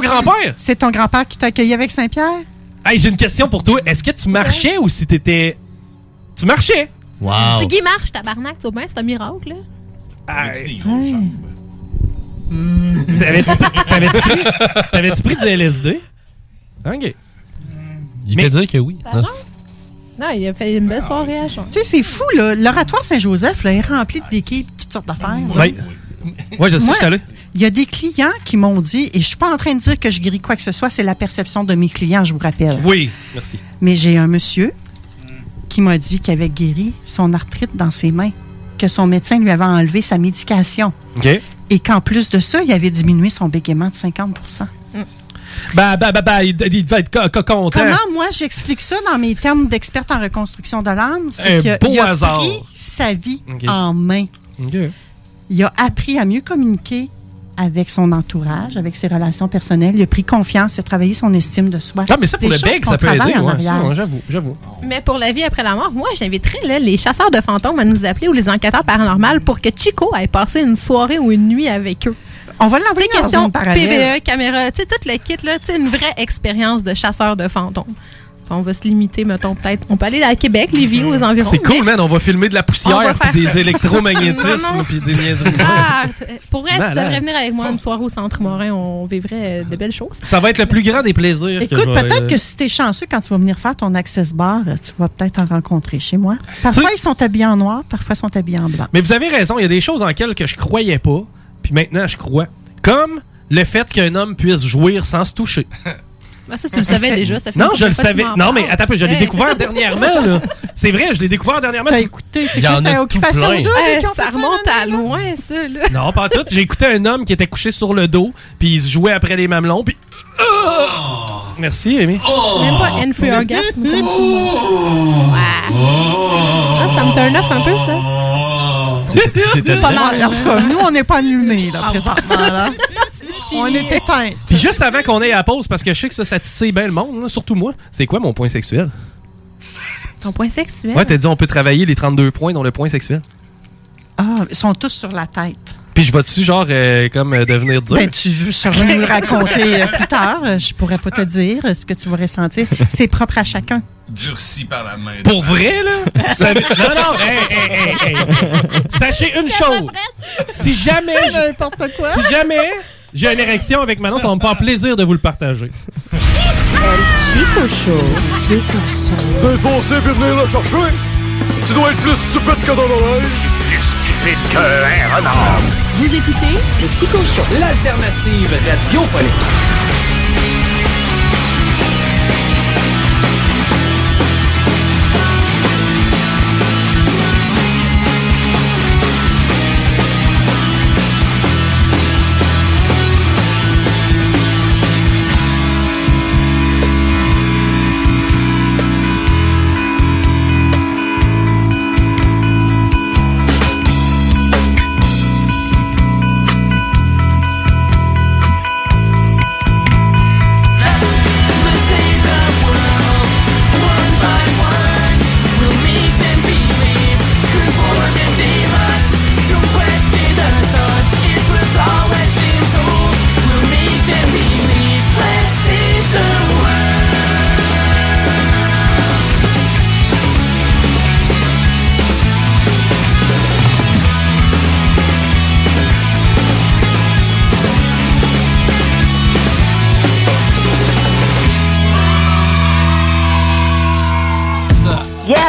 grand-père? C'est ton grand-père qui t'a accueilli avec Saint-Pierre? Hey, j'ai une question pour toi. Est-ce que tu marchais ou si t'étais. Tu marchais? Wow! Ah. Si Guy marche, tabarnak, tu vois bien, c'est un miracle. Là. T'avais-tu pris, t'avais-tu [LAUGHS] pris, t'avais-tu pris du LSD? Ok. Il fait dire que oui. Non, il a fait une belle soirée à Jean. Tu sais, Ah, c'est fou, là. L'oratoire Saint-Joseph, là, est rempli de béquilles, toutes sortes d'affaires. là. Ouais. Ouais, je sais, Moi, je suis allé. Il y a des clients qui m'ont dit, et je suis pas en train de dire que je guéris quoi que ce soit, c'est la perception de mes clients, je vous rappelle. Oui, merci. Mais j'ai un monsieur qui m'a dit qu'il avait guéri son arthrite dans ses mains, que son médecin lui avait enlevé sa médication Ok. et qu'en plus de ça, il avait diminué son bégaiement de 50 Mm. Bah, bah, bah, bah, il, il devait être co- co- content. Comment moi j'explique ça dans mes termes d'experte en reconstruction de l'âme, Un c'est qu'il a, beau il a hasard. pris sa vie Ok. en main. Ok. Il a appris à mieux communiquer avec son entourage, avec ses relations personnelles. Il a pris confiance, il a travaillé son estime de soi. Ah, mais ça, pour Des le choses bec, qu'on ça peut aider. travaille en Ouais, arrière. Ah, ça, ouais, j'avoue, j'avoue. Mais pour la vie après la mort, moi, j'inviterais là, les chasseurs de fantômes à nous appeler ou les enquêteurs paranormales pour que Chico aille passer une soirée ou une nuit avec eux. On va l'envoyer Tu sais, dans question une parallèle. PVE, caméra, tu sais, tout le kit, là, tu sais, une vraie expérience de chasseur de fantômes. On va se limiter, mettons, peut-être. On peut aller à Québec, Mhm. Lévis, aux environs. C'est cool, mais- man. On va filmer de la On va poussière, faire puis ça. des électromagnétismes, Non, non. puis des niaiseries. Ah, t- pour vrai, tu hein? Malade. devrais venir avec moi une soirée au Centre Morin. On vivrait euh, de belles choses. Ça va être le plus grand des plaisirs. que Écoute, je vais- euh, peut-être que si t'es chanceux, quand tu vas venir faire ton access bar, tu vas peut-être en rencontrer chez moi. Parfois, ils sont habillés en noir, parfois, ils sont habillés en blanc. Mais vous avez raison, il y a des choses en quelles que je croyais pas, puis maintenant je crois. Comme le fait qu'un homme puisse jouir sans se [LAUGHS] toucher. Ah, ça, tu le savais déjà. Ça fait Non, longtemps je le que tu savais. m'en Non, parles. mais attends, un peu, je l'ai Hey. découvert dernièrement. [LAUGHS] là. C'est vrai, je l'ai découvert dernièrement. T'as Tu- écouté, c'est Il y en quoi, a c'est tout occupation plein. double Hey, qui ont Euh, ça fait remonte à loin, ça, là. Non, pas en tout. J'ai écouté un homme qui était couché sur le dos, puis il se jouait après les mamelons, puis. Ah! Oh! Merci, Amy. Même pas Enfree [LAUGHS] Orgasm. comme tu vois. Ah, ça me turn off un peu, ça. Pas mal. En tout cas, nous, on n'est pas allumés, là, présentement, là. [LAUGHS] on est éteints. Puis juste avant qu'on aille à la pause, parce que je sais que ça, ça titille bien le monde, là, surtout moi, c'est quoi mon point sexuel? Ton point sexuel. Ouais, t'as dit on peut travailler les 32 points dans le point sexuel. Ah, ils sont tous sur la tête. Puis je vais-tu, genre, euh, comme euh, devenir dur? Ben, tu veux sûrement nous le raconter euh, plus tard. Euh, Je pourrais pas te dire euh, ce que tu vas ressentir. C'est propre à chacun. Durci par la main. Pour vrai, [LAUGHS] là? Ça- Non, non, hey, hey, hey, hey. Sachez une chose. Si jamais, [LAUGHS] je- N'importe quoi. si jamais j'ai une érection avec Manon, ça va me faire plaisir de vous le partager. Chico Show. Chico Show. Défoncé puis venir le chercher. Tu dois être plus stupide que dans l'orage. Plus stupide que un renard. Vous écoutez le Chico Show. L'alternative radiophonique.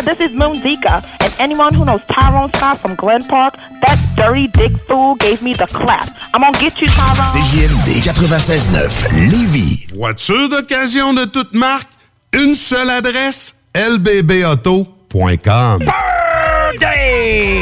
This is Moon Zika, and anyone who knows Tyrone Scott from Glen Park, that dirty dick fool gave me the clap. I'm gonna get you, Tyrone. CJMD 96.9, Lévis. Voiture d'occasion de toute marque, une seule adresse, lbbauto.com. Day!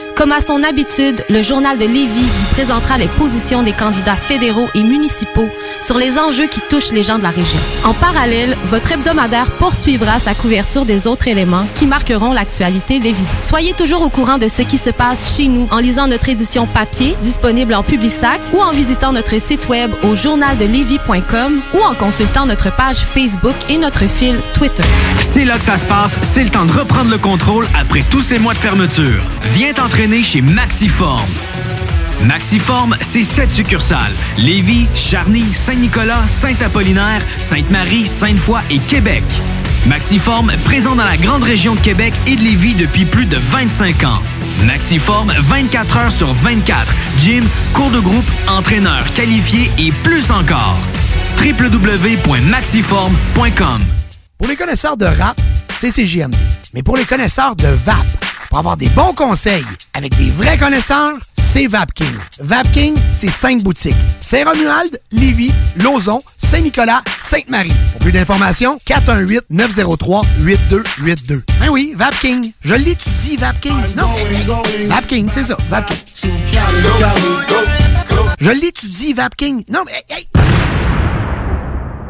Comme à son habitude, le journal de Lévis vous présentera les positions des candidats fédéraux et municipaux sur les enjeux qui touchent les gens de la région. En parallèle, votre hebdomadaire poursuivra sa couverture des autres éléments qui marqueront l'actualité lévisienne. Soyez toujours au courant de ce qui se passe chez nous en lisant notre édition papier disponible en Publisac ou en visitant notre site web au journaldelevis.com ou en consultant notre page Facebook et notre fil Twitter. C'est là que ça se passe, c'est le temps de reprendre le contrôle après tous ces mois de fermeture. Viens t'entraîner chez Maxiform. Maxiform, c'est sept succursales. Lévis, Charny, Saint-Nicolas, Saint-Apollinaire, Sainte-Marie, Sainte-Foy et Québec. Maxiform, présent dans la grande région de Québec et de Lévis depuis plus de 25 ans. Maxiform, 24 heures sur 24. Gym, cours de groupe, entraîneur qualifié et plus encore. www.maxiform.com Pour les connaisseurs de rap, c'est CJMD. Mais pour les connaisseurs de VAP, pour avoir des bons conseils avec des vrais connaisseurs, c'est VapKing. VapKing, c'est cinq boutiques. Saint-Romuald, Lévis, Lauson, Saint-Nicolas, Sainte-Marie. Pour plus d'informations, 418-903-8282. Ben oui, VapKing. Je l'étudie, VapKing. Non, mais- VapKing, c'est ça, VapKing. Je l'étudie, VapKing. Non, mais... hey, hey.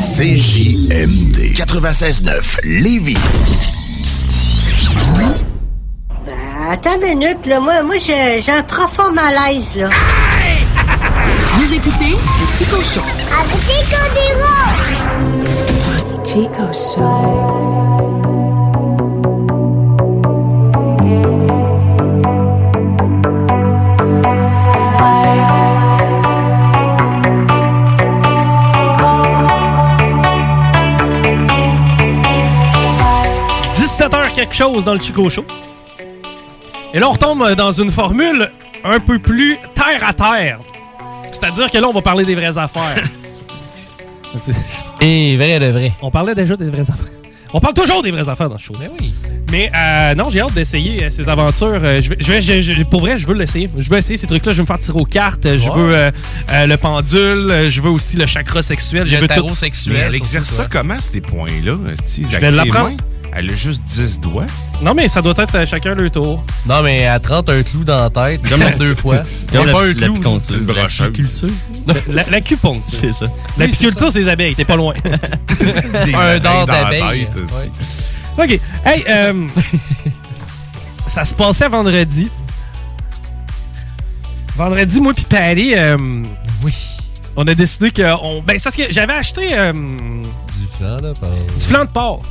CJMD 96.9 Lévis. Ah, Attends une minute, là, moi, moi j'ai j'ai un profond malaise, là. Vous écoutez le Chico Show. Chico Show. là. 17h quelque chose dans le Chico Show. Et là, on retombe dans une formule un peu plus terre à terre. C'est-à-dire que là, on va parler des vraies [LAUGHS] affaires. Et vrai de vrai. On parlait déjà des vraies affaires. On parle toujours des vraies affaires dans ce Ben show. Mais oui. Mais euh, non, j'ai hâte d'essayer euh, ces aventures. Euh, je vais- je vais- je- je- pour vrai, je veux l'essayer. Je veux essayer ces trucs-là. Je veux me faire tirer aux cartes. Je Ouais. veux euh, euh, le pendule. Euh, Je veux aussi le chakra sexuel. je Le veux tarot tout. sexuel, Mais elle surtout, exerce toi. ça comment, ces points-là? Je vais l'apprendre. Elle a juste 10 doigts. Non, mais ça doit être euh, chacun le tour. Non, mais à 30, un clou dans la tête, comme [LAUGHS] deux fois. Comme Mais la- pas un la clou. acupuncture. Une brocheur. Ah La- L'acupuncture. [LAUGHS] C'est ça. L'apiculture, c'est les abeilles. T'es pas [LAUGHS] loin. Un dard d'abeille. OK. Hey, euh, [LAUGHS] ça se passait vendredi. Vendredi, moi puis Paris, oui. on a décidé que... On, ben, c'est parce que j'avais acheté euh, Du flan, là, par- du flan de porc.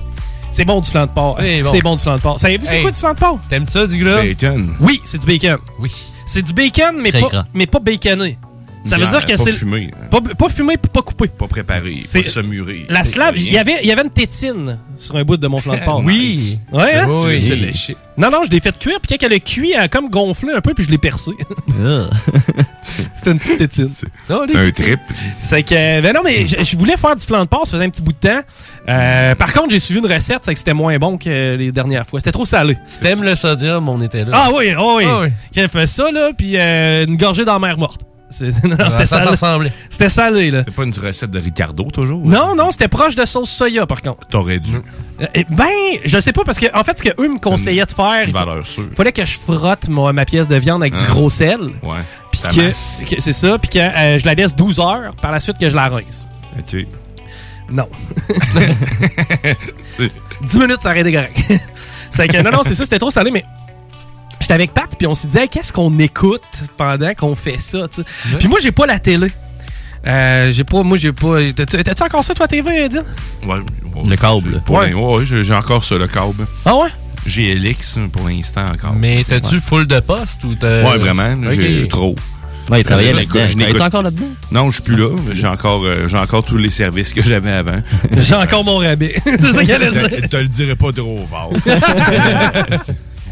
C'est bon du flan de porc. C'est C'est bon. bon. du flan de porc. Savez-vous c'est Hey. quoi du flan de porc? T'aimes ça, du gras? Bacon. Oui, c'est du bacon. Oui. C'est du bacon, mais Très pas, gras. mais pas baconné. Ça veut Non, dire que pas c'est... fumé. Pas, pas fumé, puis pas coupé. Pas préparé, C'est- pas semuré. La C'est slab, rien. il y avait, il y avait une tétine sur un bout de mon flanc de porc. [LAUGHS] Oui. Ouais, hein? Oui. Tu l'as léché. Non, non, je l'ai fait cuire, puis quand elle a cuit, elle a comme gonflé un peu, puis je l'ai percé. [LAUGHS] C'était une petite tétine. Non, les un tétines. trip. C'est que, ben non, mais je, je voulais faire du flan de porc, ça faisait un petit bout de temps. Euh, par contre, j'ai suivi une recette, c'est que c'était moins bon que les dernières fois. C'était trop salé. Si t'aimes le sodium, on était là. Ah oui, oh oui. Ah oui. Qu'elle fait ça, là, puis euh, une gorgée dans la mer morte. C'est- [LAUGHS] non, Ah, c'était ça, ça salé. ressemblait. C'était salé, là. C'est pas une recette de Ricardo, toujours? Non, non, c'était proche de sauce soya, par contre. T'aurais dû. Euh, eh Ben, je sais pas, parce que, en fait, ce que eux me conseillaient de faire, il Une fa- valeur sûre. fallait que je frotte ma, ma pièce de viande avec du Hein? gros sel. Ouais. Puis Ça masse. que, que- c'est ça, puis que euh, je la laisse 12 heures, par la suite que je la rince. OK. [LAUGHS] Non. [LAUGHS] 10 minutes, ça aurait été correct. [LAUGHS] c'est que, non, non, c'est ça, c'était trop salé, mais j'étais avec Pat, puis on s'est dit, Hey, qu'est-ce qu'on écoute pendant qu'on fait ça, tu sais? Puis moi, j'ai pas la télé. Euh, j'ai pas, moi, j'ai pas. T'as-tu t'as-tu encore ça, toi, TV, Edith? Ouais, le câble. Ouais, ouais, j'ai j'ai encore ça, le câble. Ah ouais? J'ai Elix hein, pour l'instant encore. Mais t'as-tu Ouais. full de poste ou euh, t'as. Ouais, vraiment. J'ai trop. Ouais, il travaillait Je là-dedans. n'écoute- je Il était n'écoute- encore [LAUGHS] [LAUGHS] là-dedans? Non, je suis plus là. mais J'ai encore, euh, j'ai encore tous les services que j'avais avant. [LAUGHS] J'ai encore mon rabais. [LAUGHS] c'est ça qu'elle a dit. Te le dirai pas trop [LAUGHS] fort.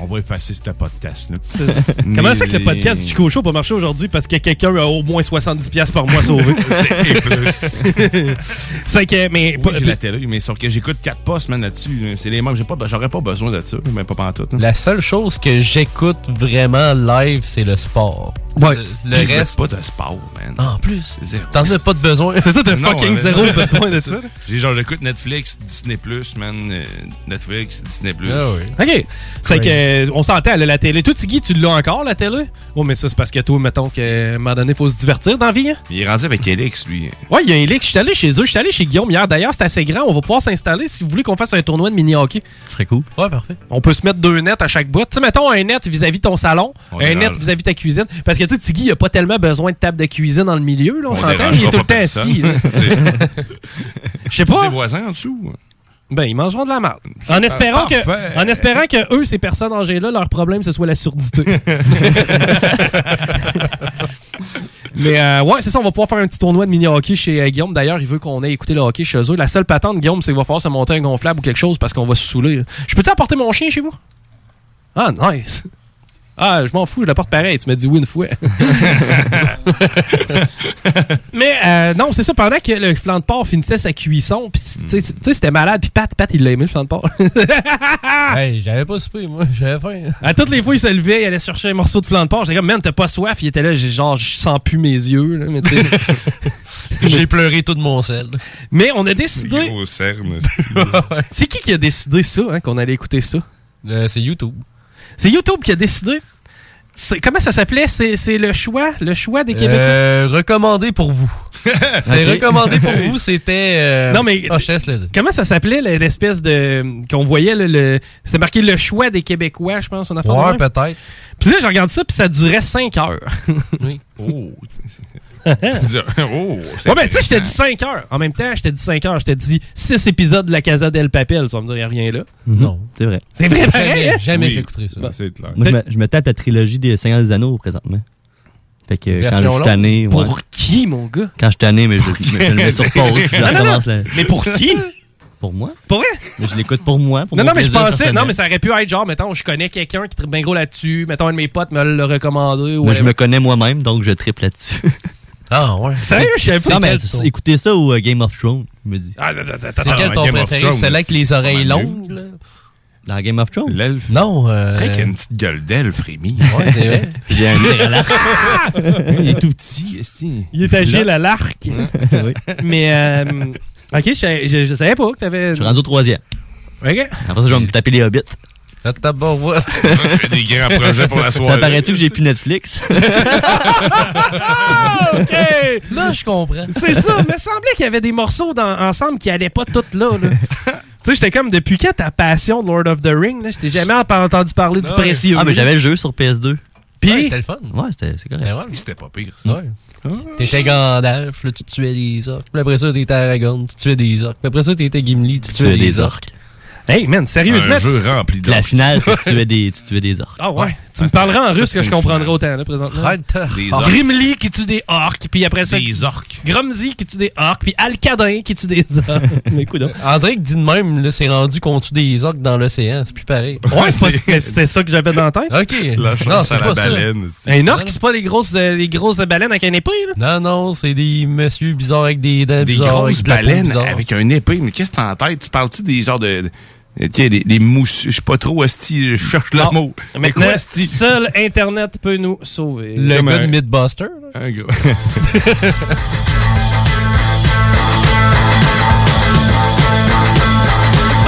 On va effacer ce podcast-là. [LAUGHS] Comment ça que le podcast du Chico Show peut marcher aujourd'hui parce que quelqu'un a au moins 70$ par mois [LAUGHS] sauvé? Et plus. [LAUGHS] c'est que, mais. Oui, j'ai la télé, mais sauf que j'écoute 4 postes, man, là-dessus. C'est les mêmes. J'ai pas- J'aurais pas besoin de ça, même pas pantoute. La seule chose que j'écoute vraiment live, c'est le sport. Le, le J'écoute reste. pas de sport, man. Ah, En plus. Zéro. T'en as pas de besoin. Non, euh, non. ça, là. J'ai genre, j'écoute Netflix, Disney+, man. euh, Netflix, Disney+. Ah OK. C'est que, on s'entend, là, la télé. Toi, Tiggy, tu l'as encore, la télé? Oh, mais ça, c'est parce que toi, mettons qu'à un moment donné, faut se divertir dans la vie. hein? Il est rendu avec Elix, lui. Ouais, il y a un leak. Je suis allé chez eux. Je suis allé chez Guillaume hier. D'ailleurs, c'est assez grand. On va pouvoir s'installer si vous voulez qu'on fasse un tournoi de mini-hockey. Très cool. Ouais, parfait. On peut se mettre deux nets à chaque bout. Tu sais, mettons un net vis-à-vis ton salon, On un net dérange. vis-à-vis ta cuisine. Parce que, tu sais, Tiggy, il a pas tellement besoin de table de cuisine dans le milieu. Là, on, On s'entend, dérangera il est tout le pas temps personne. assis. là. [LAUGHS] Je sais pas. Des voisins en dessous. Ben, ils mangeront de la merde. C'est En espérant, parfait. que, en espérant que eux, ces personnes âgées-là, leur problème, ce soit la [LAUGHS] surdité. Mais euh, ouais, c'est ça, on va pouvoir faire un petit tournoi de mini-hockey chez euh, Guillaume. D'ailleurs, il veut qu'on ait écouté le hockey chez eux. La seule patente, Guillaume, c'est qu'il va falloir se monter un gonflable ou quelque chose parce qu'on va se saouler. là. Je peux-tu apporter mon chien chez vous? Ah, nice. Ah, je m'en fous, je l'apporte pareil. Tu m'as dit oui [LAUGHS] une fois. Mais euh, non, c'est ça. Pendant que le flan de porc finissait sa cuisson, puis tu sais, tu sais, c'était malade. Puis Pat, Pat, il l'a aimé le flan de porc. [LAUGHS] hey, j'avais pas soupé, moi. J'avais faim. À toutes les fois, il se levait, il allait chercher un morceau de flan de porc. J'étais comme, man, t'as pas soif. Il était là, j'ai- genre, je sens plus mes yeux. là, mais tu sais. [LAUGHS] J'ai pleuré tout de mon sel. mais on a décidé. Gros cerne. [LAUGHS] C'est qui qui a décidé ça, hein, qu'on allait écouter ça? c'est Euh, YouTube. C'est YouTube qui a décidé. C'est- Comment ça s'appelait? C'est c'est le choix? Le choix des Québécois? Euh, recommandé pour vous. [LAUGHS] C'était Ok. recommandé pour vous, c'était. euh, non, mais. oh, je te laisse le dire. Comment ça s'appelait, là, l'espèce de. qu'on voyait, là, le. C'était marqué le choix des Québécois, je pense, on a Ouais, peut-être. Puis là, je regarde ça, puis ça durait 5 heures. Oui. Hein? Oh. [LAUGHS] [LAUGHS] oh, Ouais, ben, tu sais, je t'ai dit 5 heures. En même temps, je t'ai dit 5 heures. Je t'ai dit 6 épisodes de la Casa del Papel. Ça me dirait rien, là. Non, c'est vrai. C'est vrai, pareil, hein? Jamais Oui. j'écouterai ça. Bon. Moi, je me, je me tape la trilogie des Seigneurs des Anneaux présentement. Fait que euh, quand Version je suis longue. tanné. ouais. Pour qui, mon gars? Quand je suis tanné, mais je, je me- je le mets [LAUGHS] [LAUGHS] sur pause. puis Je Non, non, non. recommence la- Mais pour qui? [LAUGHS] Pour moi. Pour vrai? Mais je l'écoute pour moi. Pour non, mon non, mais je plaisir pensais, non, personnel. mais ça aurait pu être genre, mettons, je connais quelqu'un qui tripe bien gros là-dessus, mettons, un de mes potes me l'a recommandé. Mais [LAUGHS] je me connais moi-même, donc je triple [LAUGHS] là-dessus. Ah, ouais. Sérieux, je savais pas Non, mais c'est quel ton. écoutez ça ou euh, Game of Thrones, je me dis. Ah, C'est quel ton préféré? Celle-là avec les oreilles longues, là? Dans Game of Thrones? L'elfe. Non. Euh... vrai qu'il y a une petite gueule d'elfe, Rémi. Ouais, c'est vrai. Il y a un tir à [LAUGHS] l'arc. Il est tout petit. esti. Il est agile à l'arc. [LAUGHS] Oui. mais, euh, ok, je, savais- je- je savais pas que t'avais. Je suis rendu au troisième. Ok. Après ça, je vais me taper les hobbits. [LAUGHS] Ah, C'est des grands projets pour la soirée. Ça paraît-tu que j'ai plus Netflix? [LAUGHS] OK! Ah, Là, je comprends. C'est ça. Il me semblait qu'il y avait des morceaux dans- ensemble qui allaient pas toutes là. là. tu sais, j'étais comme, depuis quand ta passion de Lord of the Ring? là? Je t'ai jamais ent- entendu parler du précieux. Ah, mais j'avais le jeu sur PS2. Puis. Ouais, c'était le fun. Ben Ouais, c'était c'est correct. C'était pas pire, ça. Ouais. T'étais Gandalf, là, tu tuais des orques. Puis après ça, t'étais Aragorn, tu tuais des orques. Puis après ça, t'étais Gimli, tu tuais des orques. Hey, man, sérieusement. c'est- La finale, c'est que [LAUGHS] tu tuais des, tu tuais des orques. [LAUGHS] Ah ouais. Tu me parleras en russe que je comprendrai autant, là, présentement. Des Ah, orques. Grimly qui tue des orques, puis après ça. Des orques. Gromzy qui tue des orques, puis Alcadin qui tue des [LAUGHS] orques. Mais écoute, André qui dit de même, là, c'est rendu qu'on tue des orques dans l'océan. C'est plus pareil. Ouais, c'est pas- c'est- c'est ça que j'avais dans la tête. OK. La chasse Non, c'est à la pas ça. baleine, Un orque, c'est pas les grosses, euh, les grosses baleines avec une épée, là. Non, non, c'est des messieurs bizarres avec des dents Des bizarres. grosses avec de la peau baleines bizarre. avec un épée. Mais qu'est-ce que t'as en tête? Tu parles-tu des genres de. de- Tiens, les, les mousses. Je sais pas trop, Esti. Je cherche le mot. Mais Maintenant, quoi, Esti? seul Internet peut nous sauver. Comme un- Mythbuster. Un [LAUGHS] gars.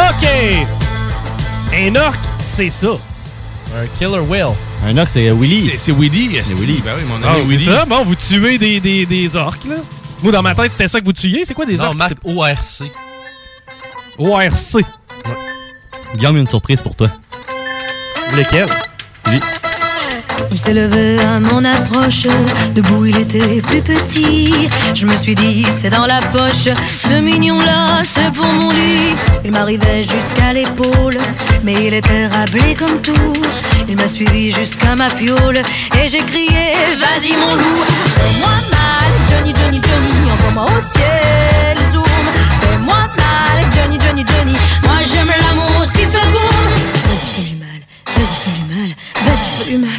OK! Un orc, c'est ça. Un killer whale. Un orc, c'est Willy. C'est Willy, C'est Esti. Ben oui, mon Ah, ami c'est Willy. ça? Bon, vous tuez des, des, des orques, là? Moi, dans ma tête, c'était ça que vous tuiez. C'est quoi des Non, orques? Marc, ORC. ORC. Guillaume, il y a une surprise pour toi. Lequel? Il s'est levé à mon approche, debout il était plus petit. Je me suis dit, c'est dans la poche, ce mignon-là, c'est pour mon lit. Il m'arrivait jusqu'à l'épaule, mais il était rablé comme tout. Il m'a suivi jusqu'à ma piole, et j'ai crié, vas-y mon loup, fais-moi mal, Johnny, Johnny, Johnny, envoie-moi au ciel, zoom, fais-moi mal, Johnny, Johnny, Johnny, moi j'aime l'amour qui fait boum. Vas-y, fais-lui mal, vas-y, fais-lui mal,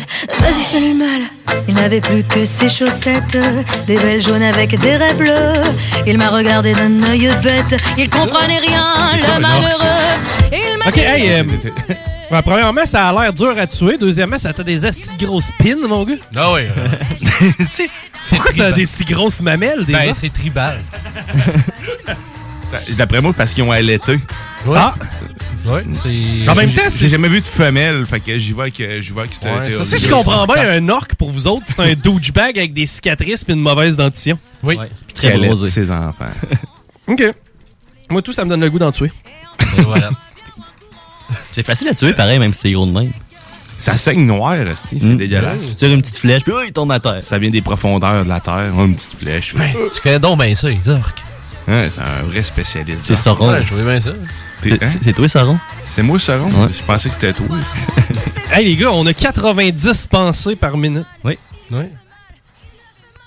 vas-y, fais-lui mal. Il n'avait plus que ses chaussettes, des belles jaunes avec des raies bleues. Il m'a regardé d'un œil bête, il comprenait rien, C'est ça, le un orque. malheureux. Il m'a OK, hey, euh, ouais, premièrement, ça a l'air dur à tuer. Deuxièmement, ça t'a des assez grosses pins, mon gars. Ah oui. [LAUGHS] Pourquoi ça a tribal. des si grosses mamelles, déjà? Ben, c'est tribal. Ça- D'après moi, parce qu'ils ont allaité. Ah! Ouais, c'est. J'ai- J'ai jamais vu de femelle, fait que j'y vois que j'y vois que c'était. Ouais, c'était- Si je comprends bien, un orc, pour vous autres, c'est [LAUGHS] un douchebag avec des cicatrices puis une mauvaise dentition. Oui. Qui allaite bronzé. ses enfants. OK. Moi, tout, ça me donne le goût d'en tuer. Et voilà. [LAUGHS] C'est facile à tuer, pareil, même si c'est gros de même. Ça saigne noir, esti, c'est Mm. dégueulasse. Tu tires une petite flèche, puis oh, il tombe à terre. Ça vient des profondeurs de la terre, hein, une petite flèche. ouais. Tu connais donc bien ça, les orques. Hein, c'est un vrai spécialiste. C'est Sauron. Ouais, je trouvais bien ça. C'est c'est toi, Sauron? C'est moi, Sauron? Je pensais que c'était toi. esti. Hey, les gars, on a 90 pensées par minute. Oui. Oui.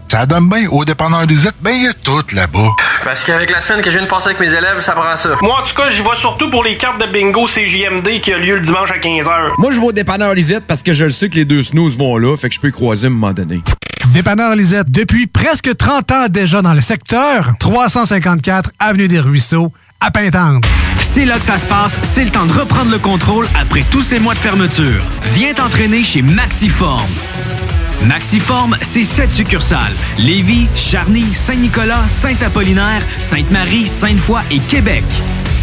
Ça donne bien au dépanneur Lisette, ben il y a tout là-bas. Parce qu'avec la semaine que je viens de passer avec mes élèves, ça prend ça. Moi, en tout cas, j'y vais surtout pour les cartes de bingo CJMD qui a lieu le dimanche à 15h. Moi, je vais au dépanneur Lisette parce que je le sais que les deux snooze vont là, fait que je peux y croiser à un moment donné. Dépanneur Lisette, depuis presque 30 ans déjà dans le secteur, 354 Avenue des Ruisseaux, à Pintendre. C'est là que ça se passe, c'est le temps de reprendre le contrôle après tous ces mois de fermeture. Viens t'entraîner chez Maxiform. Maxiform, c'est sept succursales. Lévis, Charny, Saint-Nicolas, Saint-Apollinaire, Sainte-Marie, Sainte-Foy et Québec.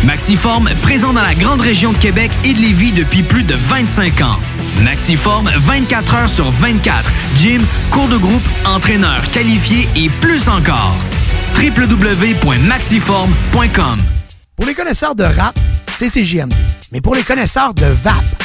Maxiform, présent dans la grande région de Québec et de Lévis depuis plus de 25 ans. Maxiform, 24 heures sur 24. Gym, cours de groupe, entraîneur qualifié et plus encore. www.maxiform.com Pour les connaisseurs de rap, c'est CGMD. Mais pour les connaisseurs de vape,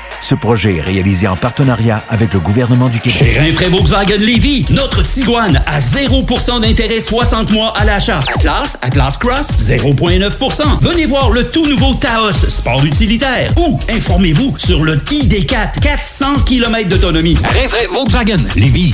Ce projet est réalisé en partenariat avec le gouvernement du Québec. Chez Rinfraie Volkswagen Lévy, notre Tiguan à 0% d'intérêt 60 mois à l'achat. Atlas, Atlas Cross, 0,9%. Venez voir le tout nouveau Taos, sport utilitaire. Ou informez-vous sur le ID4, 400 km d'autonomie. Rinfraie Volkswagen Lévy.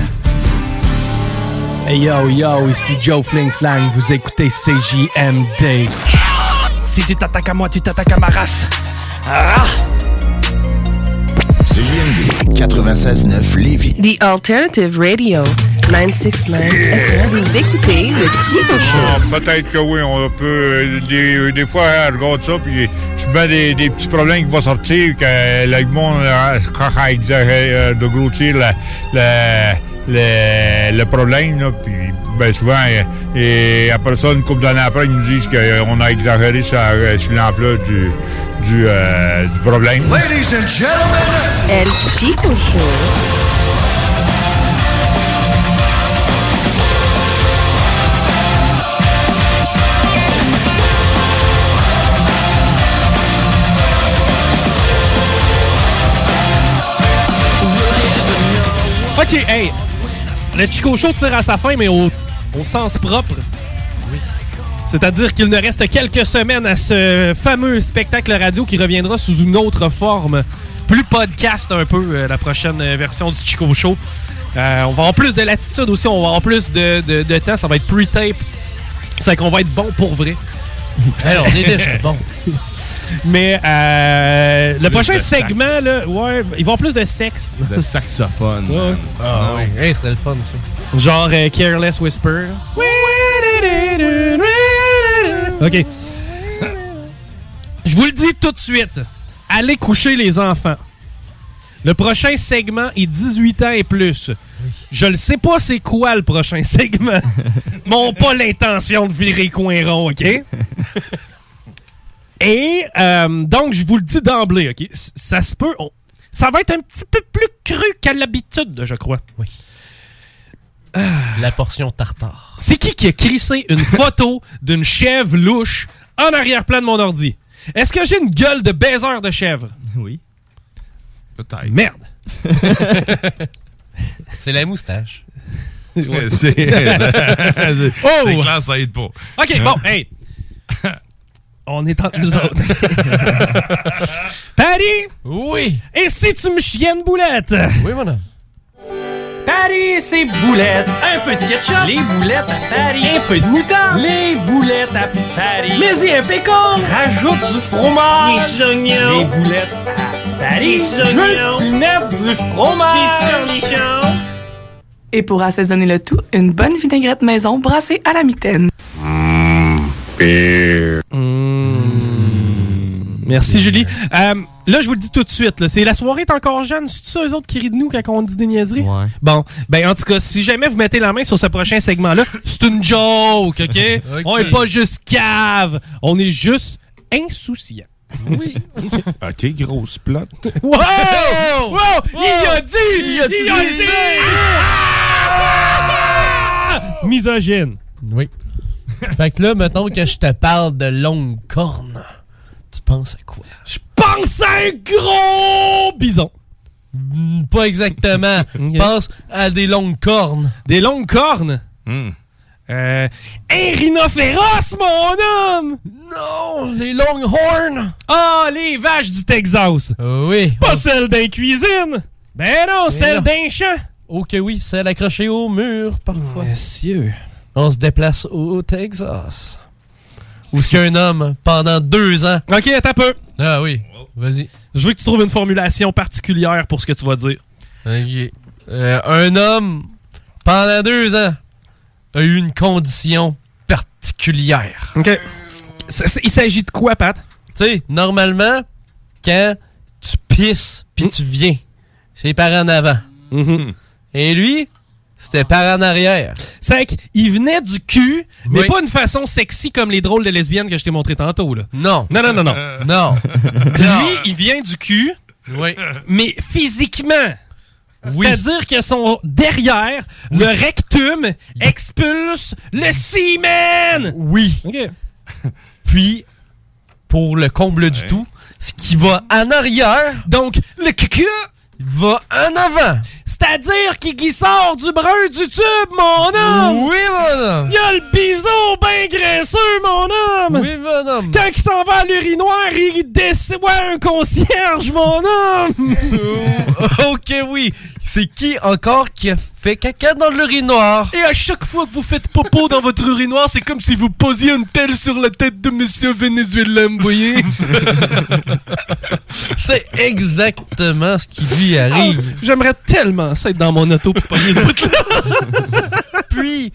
Hey yo yo, ici Joe Fling Flang, vous écoutez CJMD. Si tu t'attaques à moi, tu t'attaques à ma race. Ah! CJMD 96.9 Lévis. The Alternative Radio 969. Vous écoutez le Chico Ah, peut-être que oui, on peut. euh, Des, des fois, elle regarde ça, puis je mets des, des petits problèmes qui vont sortir, que le monde, euh, quand elle exagère euh, de grossir la- la- le, le problème, là, puis ben, souvent, euh, et après ça, une couple d'années après, ils nous disent qu'on a exagéré sur, euh, sur l'ampleur du, du, euh, du problème. Ladies and gentlemen, El Chico Show. Ok, hey! Le Chico Show tire à sa fin, mais au, au sens propre. C'est-à-dire qu'il ne reste quelques semaines à ce fameux spectacle radio qui reviendra sous une autre forme, plus podcast un peu, euh, la prochaine euh, version du Chico Show. Euh, on va en plus de latitude aussi, on va en plus de, de- de temps, ça va être pre-tape. C'est qu'on va être bon pour [LAUGHS] vrai. Alors, on est déjà bon. Mais euh, le Plus prochain de segment, là, ouais, ils vont plus de sexe. Le saxophone. man. Ah ouais. Hey, c'était le fun, ça. Genre euh, Careless Whisper. OK. Je vous le dis tout de suite. Allez coucher les enfants. Le prochain segment est 18 ans et plus. Je le sais pas c'est quoi le prochain [LAUGHS] segment, mais on n'a pas l'intention de virer coin rond, OK? Et euh, donc, je vous le dis d'emblée, OK? S- Ça se peut. on- Ça va être un petit peu plus cru qu'à l'habitude, je crois. Oui. La portion tartare. C'est qui qui a crissé une photo d'une chèvre louche en arrière-plan de mon ordi? Est-ce que j'ai une gueule de baiser de chèvre? Oui. Peut-être. Merde! [LAUGHS] C'est la [LAUGHS] moustache. Ouais. C'est [LAUGHS] Oh! c'est clair, ça aide pas. OK, bon, hey! On est entre [LAUGHS] nous autres. Paris! Oui! Et si tu me chiennes, boulette? Oui, mon homme. Paris, c'est boulettes. Un peu de ketchup. Les boulettes à Paris. Un peu de moutarde. Les boulettes à Paris. Mais y un pécan. Rajoute du fromage. Des oignons. Les boulettes à Paris. Des oignons. Je veux que tu mettes du fromage. Des Et pour assaisonner le tout, une bonne vinaigrette maison brassée à la mitaine. Hmm. Merci, Julie. Euh, là, je vous le dis tout de suite. là, C'est la soirée est encore jeune. C'est ça, eux autres qui rient de nous quand on dit des niaiseries? Bon, ben en tout cas, si jamais vous mettez la main sur ce prochain segment-là, c'est une joke, OK? Ok. On est pas juste cave. On est juste insouciant. Oui. OK, grosse plot. wow! Wow! Il a dit! Il a dit! Ah! Misogyne. Oui. Fait que là, mettons que je te parle de longue corne, tu penses à quoi? Je pense à un gros bison. Hmm, pas [LAUGHS] exactement. Je Pense à des longues cornes. Des longues cornes? Euh, un rhinophéros, mon homme! Oh, Non, les longhorns! Ah, les vaches du Texas! Oui. Pas celles d'un cuisine! Ben non, celles d'un champ! Ok, Oh, oui, celle accrochée au mur, parfois. Monsieur. On se déplace au Texas. Où est-ce qu'un homme, pendant deux ans. Ok, attends un peu. Ah oui, vas-y. Je veux que tu trouves une formulation particulière pour ce que tu vas dire. Ok. Euh, un homme, pendant deux ans, a eu une condition particulière. OK. Il s'agit de quoi, Pat? Tu sais, normalement, quand tu pisses, puis tu viens. C'est par en avant. Et lui, c'était par en arrière. Mm-hmm. C'est qu'il venait du cul, mais Oui. pas une façon sexy comme les drôles de lesbiennes que je t'ai montré tantôt. Là. Non. Non, non, non, non. non. Lui, il vient du cul, mais physiquement. C'est-à-dire que son derrière, le rectum expulse le semen. Oui. [LAUGHS] Puis, pour le comble du tout, ce qui va en arrière. Donc, le cucu va en avant. C'est-à-dire qu'il qui sort du brun du tube, mon homme. Oui, mon homme. Il a le bison bien graisseux, mon homme. Oui, mon homme. Quand il s'en va à l'urinoir, il déçoit un concierge, mon homme. [LAUGHS] ok, oui. C'est qui encore qui a fait caca dans l'urinoir? Et à chaque fois que vous faites popo dans votre urinoir, c'est comme si vous posiez une pelle sur la tête de monsieur vénézuélien, vous voyez? [LAUGHS] C'est exactement ce qui lui arrive. Ah, J'aimerais tellement ça être dans mon auto pour pogner ce [LAUGHS] Puis,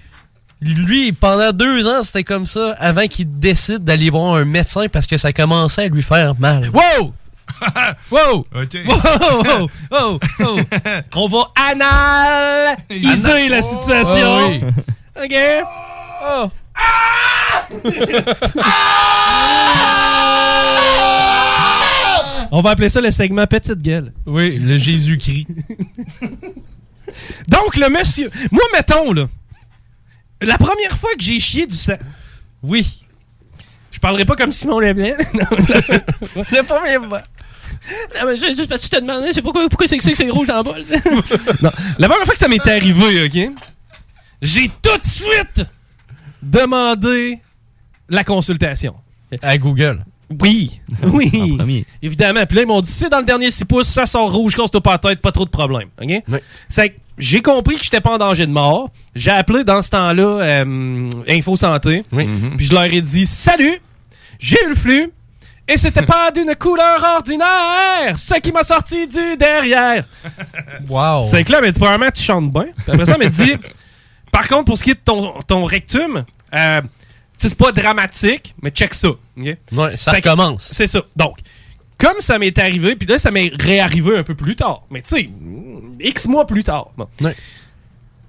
lui, pendant deux ans, c'était comme ça, avant qu'il décide d'aller voir un médecin parce que ça commençait à lui faire mal. [LAUGHS] Wow! wow! [LAUGHS] Wow! Oh, oh. On va analyser la Oh Ah situation. oui. [LAUGHS] OK? Oh. [LAUGHS] On va appeler ça le segment Petite Gueule. Oui, le Jésus-Christ. [LAUGHS] Donc, le monsieur... Moi, mettons, là, la première fois que j'ai chié du sang... Oui. Je parlerai pas comme Simon [LAUGHS] Leblanc. Non, la première fois. Non, mais juste parce que tu te demandais, c'est pourquoi, pourquoi c'est que c'est que c'est rouge dans [LAUGHS] le bol. non, la première fois que ça m'est arrivé, OK, j'ai tout de suite demandé la consultation. À Google. [LAUGHS] Oui, oui. Évidemment. Puis là, ils m'ont dit, c'est dans le dernier 6 pouces, ça sort rouge, casse-toi pas la tête, pas trop de problème. OK? C'est que j'ai compris que j'étais pas en danger de mort. J'ai appelé dans ce temps-là euh, Info Santé. Mhm. Mhm. Puis je leur ai dit, salut, j'ai eu le flux. [LAUGHS] Et c'était pas d'une couleur ordinaire, ce qui m'a sorti du derrière. Wow. C'est que là, mais dit, premièrement, tu chantes bien. Puis après ça, elle m'a dit, par contre, pour ce qui est de ton, ton rectum, euh, tu sais, c'est pas dramatique, mais check ça. ok? Ouais, ça Fait que- recommence. C'est ça. Donc, comme ça m'est arrivé, puis là, ça m'est réarrivé un peu plus tard. Mais tu sais, X mois plus tard. Bon.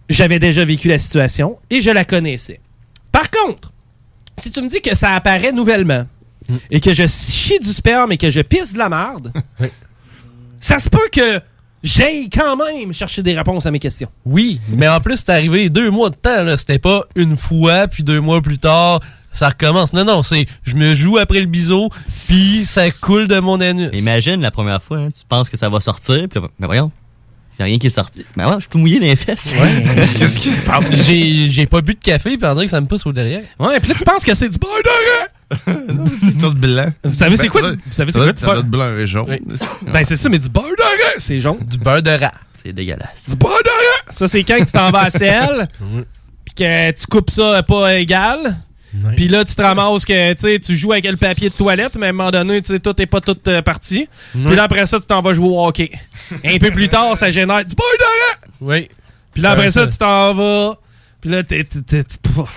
J'avais déjà vécu la situation et je la connaissais. Par contre, si tu me dis que ça apparaît nouvellement Mm. et que je chie du sperme et que je pisse de la marde, ça se peut que j'aille quand même chercher des réponses à mes questions. Oui, mais en plus, c'est arrivé deux mois de temps. là. C'était pas une fois, puis deux mois plus tard, ça recommence. Non, non, c'est je me joue après le biseau, puis ça coule de mon anus. Imagine la première fois, hein, tu penses que ça va sortir, puis là, mais voyons, y a rien qui est sorti. Mais ouais, je suis tout mouillé dans les fesses. [LAUGHS] Qu'est-ce qui se passe? J'ai j'ai pas bu de café, puis on dirait que ça me pousse au derrière. Ouais, puis là, tu penses que c'est du beurre C'est tout blanc. Ben, Vous savez c'est quoi du- vous savez c'est quoi du Ça doit beurre? être blanc et jaune. Ben, c'est ça, mais du beurre de rat, c'est jaune. Du beurre de rat. C'est dégueulasse. Du beurre de rat! Ça, c'est quand que tu t'en vas [LAUGHS] [LAUGHS] à selle, puis que tu coupes ça pas égal. Puis là, tu te ramasses que tu sais, tu joues avec le papier de toilette, mais à un moment donné, tu sais, tout n'est pas tout euh, parti. Puis là, après ça, tu t'en vas jouer au hockey. Un peu plus tard, ça génère du beurre de rat! Oui. Puis là, après Ouais, ça, ça. tu t'en vas. Puis là, t'es. t'es- t'es- t'es- pouf.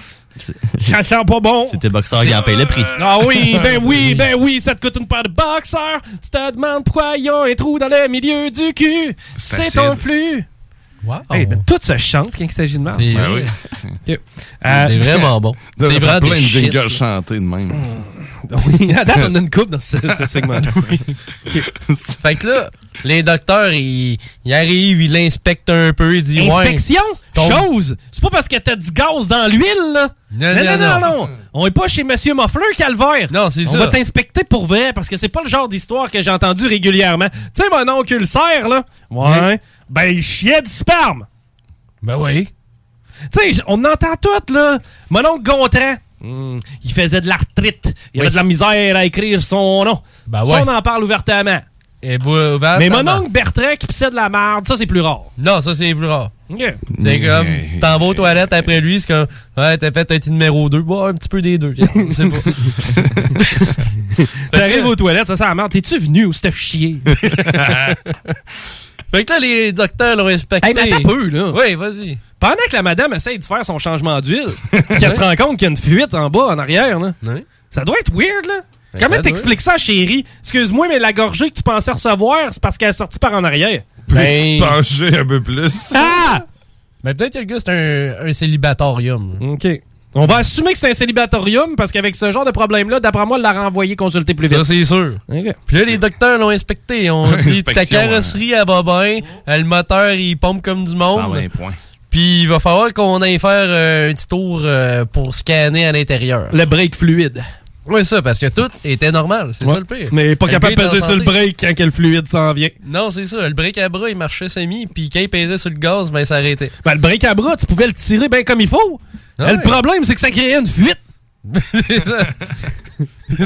Ça sent pas bon. C'était boxeur qui en paye le prix. [LAUGHS] Ah [LAUGHS] oui, ben oui, ben oui, ça te coûte une paire de boxeurs. Tu te demandes pourquoi il y a un trou dans le milieu du cul. C'est C'est ton acide. flux. Wow. Hey, ben, tout se chante quand il s'agit de marde. C'est Ben [LAUGHS] vrai. Ok. Euh, C'est vraiment [LAUGHS] bon. Devrait C'est faire vraiment plein des de shit, jingles là. chantés de même. ça. [LAUGHS] Oui, à date, on a une coupe dans ce, ce segment-là. [LAUGHS] fait que là, les docteurs, ils, ils arrivent, ils l'inspectent un peu, ils disent Inspection, Ton- chose. C'est pas parce que t'as du gaz dans l'huile, là. Non, non, non. On est pas chez Monsieur Moffleur Calvaire. Non, c'est On ça. va t'inspecter pour vrai, parce que c'est pas le genre d'histoire que j'ai entendu régulièrement. Tu sais, mon oncle le serre, là. Ouais. Ben, il chiait du sperme. Hein? Ben oui. Tu sais, j- on entend tout, là. Mon oncle Gontran, hmm, il faisait de l'arthrite. Il avait de la misère à écrire son nom. Ben Ça, ouais. on en parle ouvertement. Et vous- euh, vous- Mais mon attends. oncle Bertrand qui pissait de la merde, ça, c'est plus rare. Non, ça, c'est plus rare. Ok. C'est comme, t'en vas aux toilettes après lui, c'est comme, ouais, t'as fait un petit numéro 2, bah, un petit peu des deux, je sais pas. [LAUGHS] T'arrives aux toilettes, ça sent la merde. T'es-tu venu ou [LAUGHS] c'était chier? fait que là, les docteurs l'ont respecté. Hey, mais attends un peu, là. Oui, vas-y. Pendant que la madame essaye de faire [LAUGHS] son changement d'huile, qu'elle se rend compte qu'il y a une fuite en bas, en arrière, là. Ça doit être weird, là. Ben, Comment ça t'expliques ça, chérie? Excuse-moi, mais la gorgée que tu pensais recevoir, c'est parce qu'elle est sortie par en arrière. Peux-tu te pencher un peu plus? Ah! Ben, Mais peut-être que le gars, c'est un, un célibatorium. OK. On va assumer que c'est un célibatorium parce qu'avec ce genre de problème-là, d'après moi, l'a renvoyé consulter plus vite. Ça, c'est sûr. Puis là, les docteurs l'ont inspecté. Ils ont dit ta Inspection, carrosserie à bobin, euh, le moteur, il pompe comme du monde. 120 Puis il va falloir qu'on aille faire euh, un petit tour euh, pour scanner à l'intérieur. Le break fluide. Oui, ça, parce que tout était normal. C'est Ouais. ça le pire. Mais il est pas capable de gars était peser en sur le santé. break quand que le fluide s'en vient. Non, c'est ça. Le break à bras, il marchait semi. Puis quand il pesait sur le gaz, ben, ça arrêtait. Ben, le break à bras, tu pouvais le tirer bien comme il faut. Ah Mais Le ouais. problème, c'est que ça créait une fuite. [LAUGHS] c'est ça.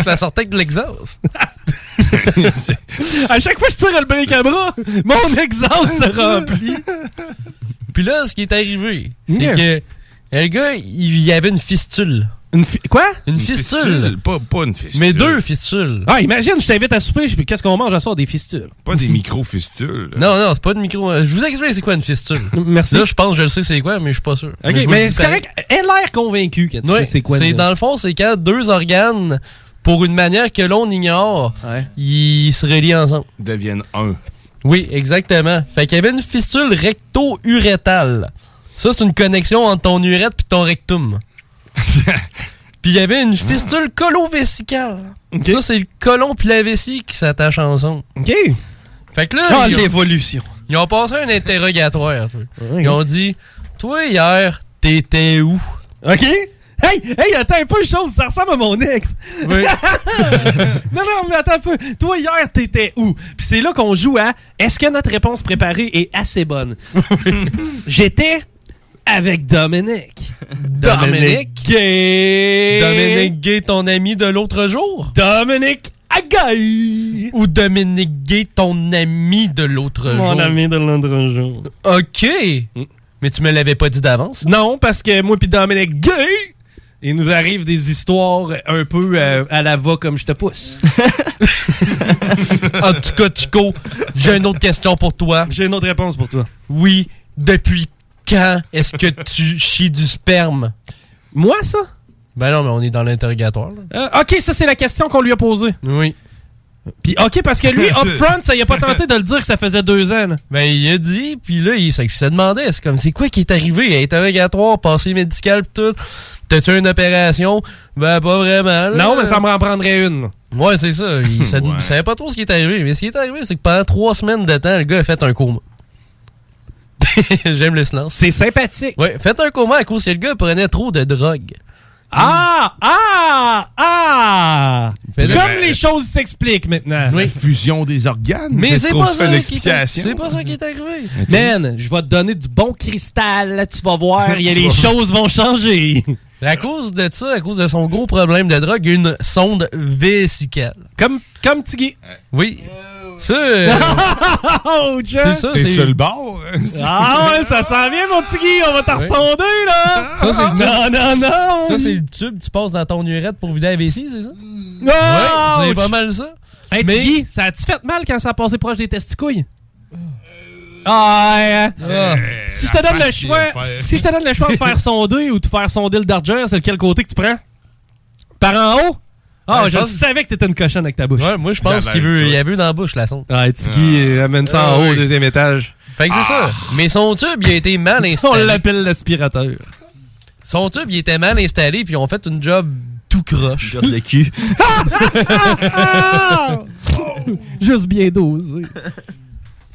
ça sortait avec de l'exhaust. [LAUGHS] à chaque fois que je tire le break à bras, mon exhaust se [LAUGHS] remplit. Puis là, ce qui est arrivé, Ok. c'est que euh, le gars, il y avait une fistule. Une Quoi? Une, fistule. Pas, une fistule. Mais deux fistules. Ah, imagine, je t'invite à souper, je- qu'est-ce qu'on mange à soir? Des fistules. Pas [LAUGHS] des micro-fistules. Non, non, c'est pas de micro. euh, Je vous explique c'est quoi une fistule. [LAUGHS] Merci. Là, je pense que je le sais c'est quoi, mais je suis pas sûr. Ok, je vous le mais dis c'est pareil. correct. Elle a l'air convaincue que tu Ouais, sais c'est quoi. une- dans le fond, c'est quand deux organes, pour une manière que l'on ignore, ils se relient ensemble. Deviennent un. Oui, exactement. Fait qu'il y avait une fistule recto-urétale. Ça, c'est une connexion entre ton urètre et ton rectum. puis il y avait une fistule colo-vésicale. Ça, c'est le colon puis la vessie qui s'attachent ensemble. OK. Fait que là... Ah, ils ont- l'évolution. Ils ont passé un interrogatoire. toi. Ils ont dit, toi, hier, t'étais où? OK. Hey, hey, attends un peu, chose, ça ressemble à mon ex. [LAUGHS] non, non, mais attends un peu. Toi, hier, t'étais où? Puis c'est là qu'on joue à est-ce que notre réponse préparée est assez [LAUGHS] bonne? J'étais avec Dominique. Dominique? Gay. Dominique Gay, ton ami de l'autre jour? Dominique Agay! Ou Dominique Gay, ton ami de l'autre jour? Mon ami de l'autre jour. OK! Mais tu me l'avais pas dit d'avance? Non, parce que moi puis Dominique Gay, il nous arrive des histoires un peu euh, à la va comme je te pousse. en tout cas, Chico, j'ai une autre question pour toi. J'ai une autre réponse pour toi. Oui, depuis quand est-ce que tu chies du sperme? Moi, ça? Ben non, mais on est dans l'interrogatoire. là. Euh, ok, ça c'est la question qu'on lui a posée. Oui. Puis ok, parce que [LAUGHS] lui, upfront, ça il a pas tenté de le dire que ça faisait deux ans. là. Ben, il a dit, puis là, il s'est s'est demandé, c'est comme, c'est quoi qui est arrivé? Interrogatoire, passé médical, pis tout. T'as-tu une opération? Ben, pas vraiment. Non, mais ça m'en prendrait une. Ouais, c'est ça. Il sa- Ouais. il savait pas trop ce qui est arrivé. Mais ce qui est arrivé, c'est que pendant trois semaines de temps, le gars a fait un coma. [LAUGHS] J'aime le silence. C'est sympathique. Ouais, faites un coma à cause que le gars prenait trop de drogue. Ah! Ah! Ah! Fait de- Comme les choses s'expliquent maintenant. Oui. Fusion des organes. Mais c'est pas, ça qui est l'explication. c'est pas ça qui est arrivé. Man, je vais te donner du bon cristal, tu vas [LAUGHS] voir, y a Tu les vas- [LAUGHS] choses vont changer. À cause de ça, à cause de son gros problème de drogue, il y a une sonde vésicale. Comme, comme Tiggy. Oui. [LAUGHS] Ça, euh, oh, Jeff! C'est ça, T'es c'est- sur le bord. hein. Ah ouais, ça s'en vient, mon Tiggy, on va t'en Ouais. ressonder, là! ça, c'est le Non, tube. non, non! Ça, c'est le tube que tu passes dans ton urette pour vider la vessie, c'est ça? Ah! Oh! Ouais, c'est pas mal ça. Hey, Mais- Tiggy, ça a-tu fait mal quand ça a passé proche des testicouilles? Euh, Ah, ouais. Ah. si je te donne la le face choix, qu'il va faire. si je te donne le choix de faire sonder ou de faire sonder le Dodger, c'est lequel côté que tu prends? Par en haut? Ah, Ouais, je Ben, je pense- savais que t'étais une cochonne avec ta bouche. Ouais, moi, je pense qu'il veut, il a vu dans la bouche, la sonde. Ah, Tiggy euh, amène ça en Ah, haut, au oui. deuxième étage. Fait que c'est Ah, ça. Mais son tube, il a été mal Ah. [LAUGHS] On installé. l'appelle l'aspirateur. Son tube, il était mal installé, puis on fait une job tout croche. Job de [LAUGHS] cul. Ah! Juste bien dosé.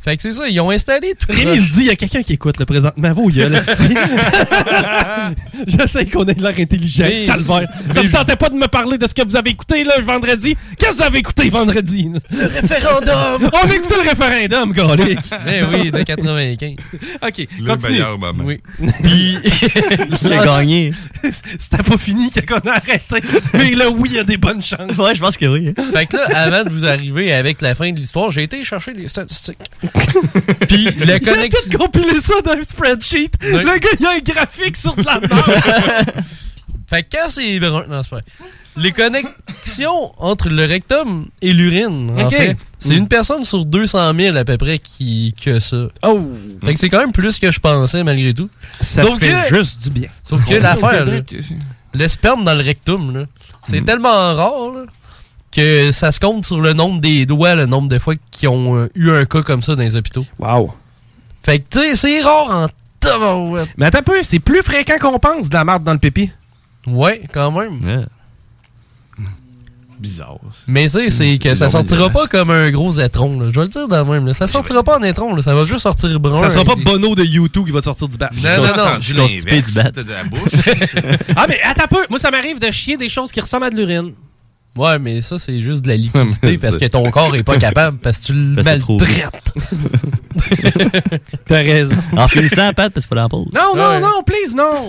Fait que c'est ça, ils ont installé tout croche. Rémi se dit, il y a quelqu'un qui écoute le présentement. Vos gueules, [LAUGHS] esti. J'essaie qu'on ait de l'air intelligent. Mais- Calvaire. Ça mais- vous tentait pas de me parler de ce que vous avez écouté, là, vendredi? Qu'est-ce que vous avez écouté vendredi? Le référendum! On a écouté le référendum, Golic! Ben oui, de 95. [LAUGHS] OK, Le continue. meilleur moment. Oui. Puis... [LAUGHS] [LAUGHS] Qui a gagné. C'était pas fini quand on a arrêté. Mais là, oui, il y a des bonnes chances. Ouais, je pense que oui. hein. Fait que là, avant de vous arriver avec la fin de l'histoire, j'ai été chercher [LAUGHS] les statistiques. Puis le Il a connexion... tout compilé ça dans un spreadsheet. Oui. Le gars, il a un graphique sur de la merde. [LAUGHS] Fait que quand c'est brun, non, c'est pas vrai. Les connexions entre le rectum et l'urine, en Ok. fait, c'est Mm. une personne sur 200 000 à peu près qui que ça. Oh! Fait que c'est quand même plus que je pensais malgré tout. Ça fait juste du bien. Sauf que Ouais, au l'affaire, là, Québec, Mm. le sperme dans le rectum, là, c'est tellement rare là, que ça se compte sur le nombre des doigts, le nombre de fois qu'ils ont euh, eu un cas comme ça dans les hôpitaux. Wow. Fait que, tu sais, c'est rare en tabarouette. Mais attends un peu, c'est plus fréquent qu'on pense de la marde dans le pipi. Ouais, quand même. Bizarre. Mais tu sais, c'est que ça bizarre, sortira mais- pas comme un gros étron. là. Je vais le dire dans le même. là. Ça sortira pas en étron. là. Ça va juste sortir brun. Ça sera pas avec des- Bono de YouTube qui va te sortir du bat. Non, non, non. Je suis constipé du bat. [LAUGHS] ah, mais attends un peu. Moi, ça m'arrive de chier des choses qui ressemblent à de l'urine. Ouais, mais ça, c'est juste de [LAUGHS] la liquidité parce que ton corps est pas capable parce que tu le Parce que c'est trop maltraites. [LAUGHS] [LAUGHS] T'as raison. En finissant, Pat, parce qu'il faut la pause. Non, non, Ouais. non, please, non.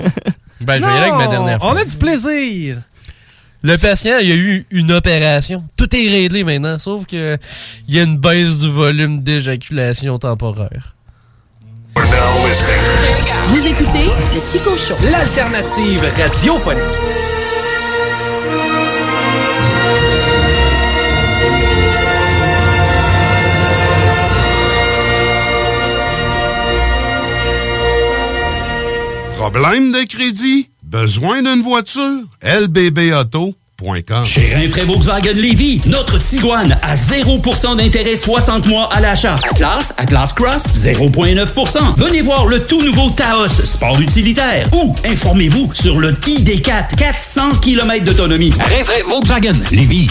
Ben, je vais y aller avec ma dernière Non, On a du plaisir. Le patient, il a eu une opération. Tout est réglé maintenant, sauf que il y a une baisse du volume d'éjaculation temporaire. Vous écoutez le Chico Show. L'alternative radiophonique. Problème de crédit? Besoin d'une voiture? LBBauto.com. Chez Rainfray Volkswagen Lévy, notre Tiguan à 0% d'intérêt 60 mois à l'achat. Atlas, Atlas Cross, 0,9%. Venez voir le tout nouveau Taos, sport utilitaire. Ou informez-vous sur le ID4, 400 km d'autonomie. Rainfray Volkswagen Lévy.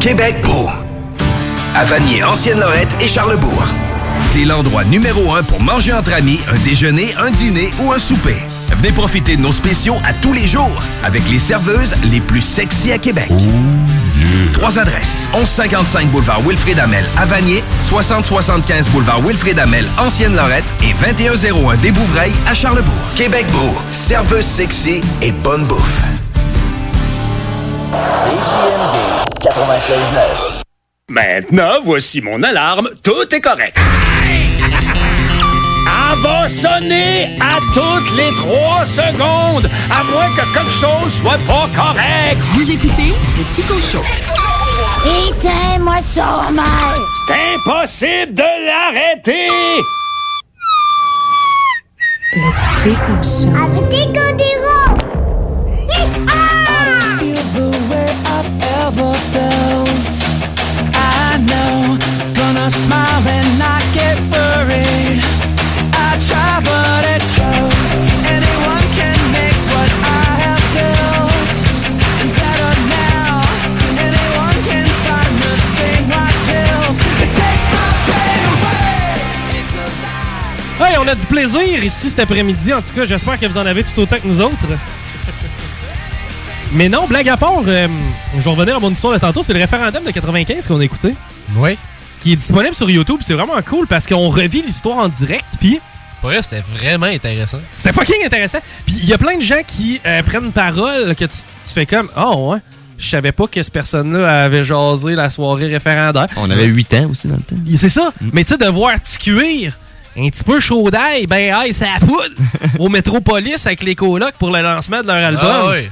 Québec beau. À Vanier, Ancienne-Lorette et Charlebourg. C'est l'endroit numéro un pour manger entre amis, un déjeuner, un dîner ou un souper. Venez profiter de nos spéciaux à tous les jours avec les serveuses les plus sexy à Québec. Trois adresses. 1155 boulevard Wilfrid Amel à Vanier, 6075 boulevard Wilfrid Amel, Ancienne-Lorette et 2101 des Bouvrailles à Charlebourg. Québec beau, serveuse sexy et bonne bouffe. CJMD 96.9. Maintenant, voici mon alarme. Tout est correct. Elle va sonner à toutes les trois secondes, à moins que quelque chose soit pas correct. Vous écoutez le Chico Show. Éteins-moi son mal. C'est impossible de l'arrêter. Hey, on a du plaisir ici cet après-midi. En tout cas, j'espère que vous en avez tout autant que nous autres. Mais non, blague à part, euh, je vais revenir à mon histoire de tantôt. C'est le référendum de 95 qu'on a écouté. Oui. Qui est disponible sur YouTube. C'est vraiment cool parce qu'on revit l'histoire en direct. Puis. Pour vrai, c'était vraiment intéressant. C'était fucking intéressant. Puis il y a plein de gens qui euh, prennent parole que tu, tu fais comme Oh, ouais, je savais pas que cette personne-là avait jasé la soirée référendaire. On avait 8 ans aussi dans le temps. Il- C'est ça. Mm. Mais tu sais, de voir Ticuir, un petit peu chaud d'ail, ben, hey, ça [LAUGHS] poudre au Métropolis avec les colocs pour le lancement de leur album. Ah oui.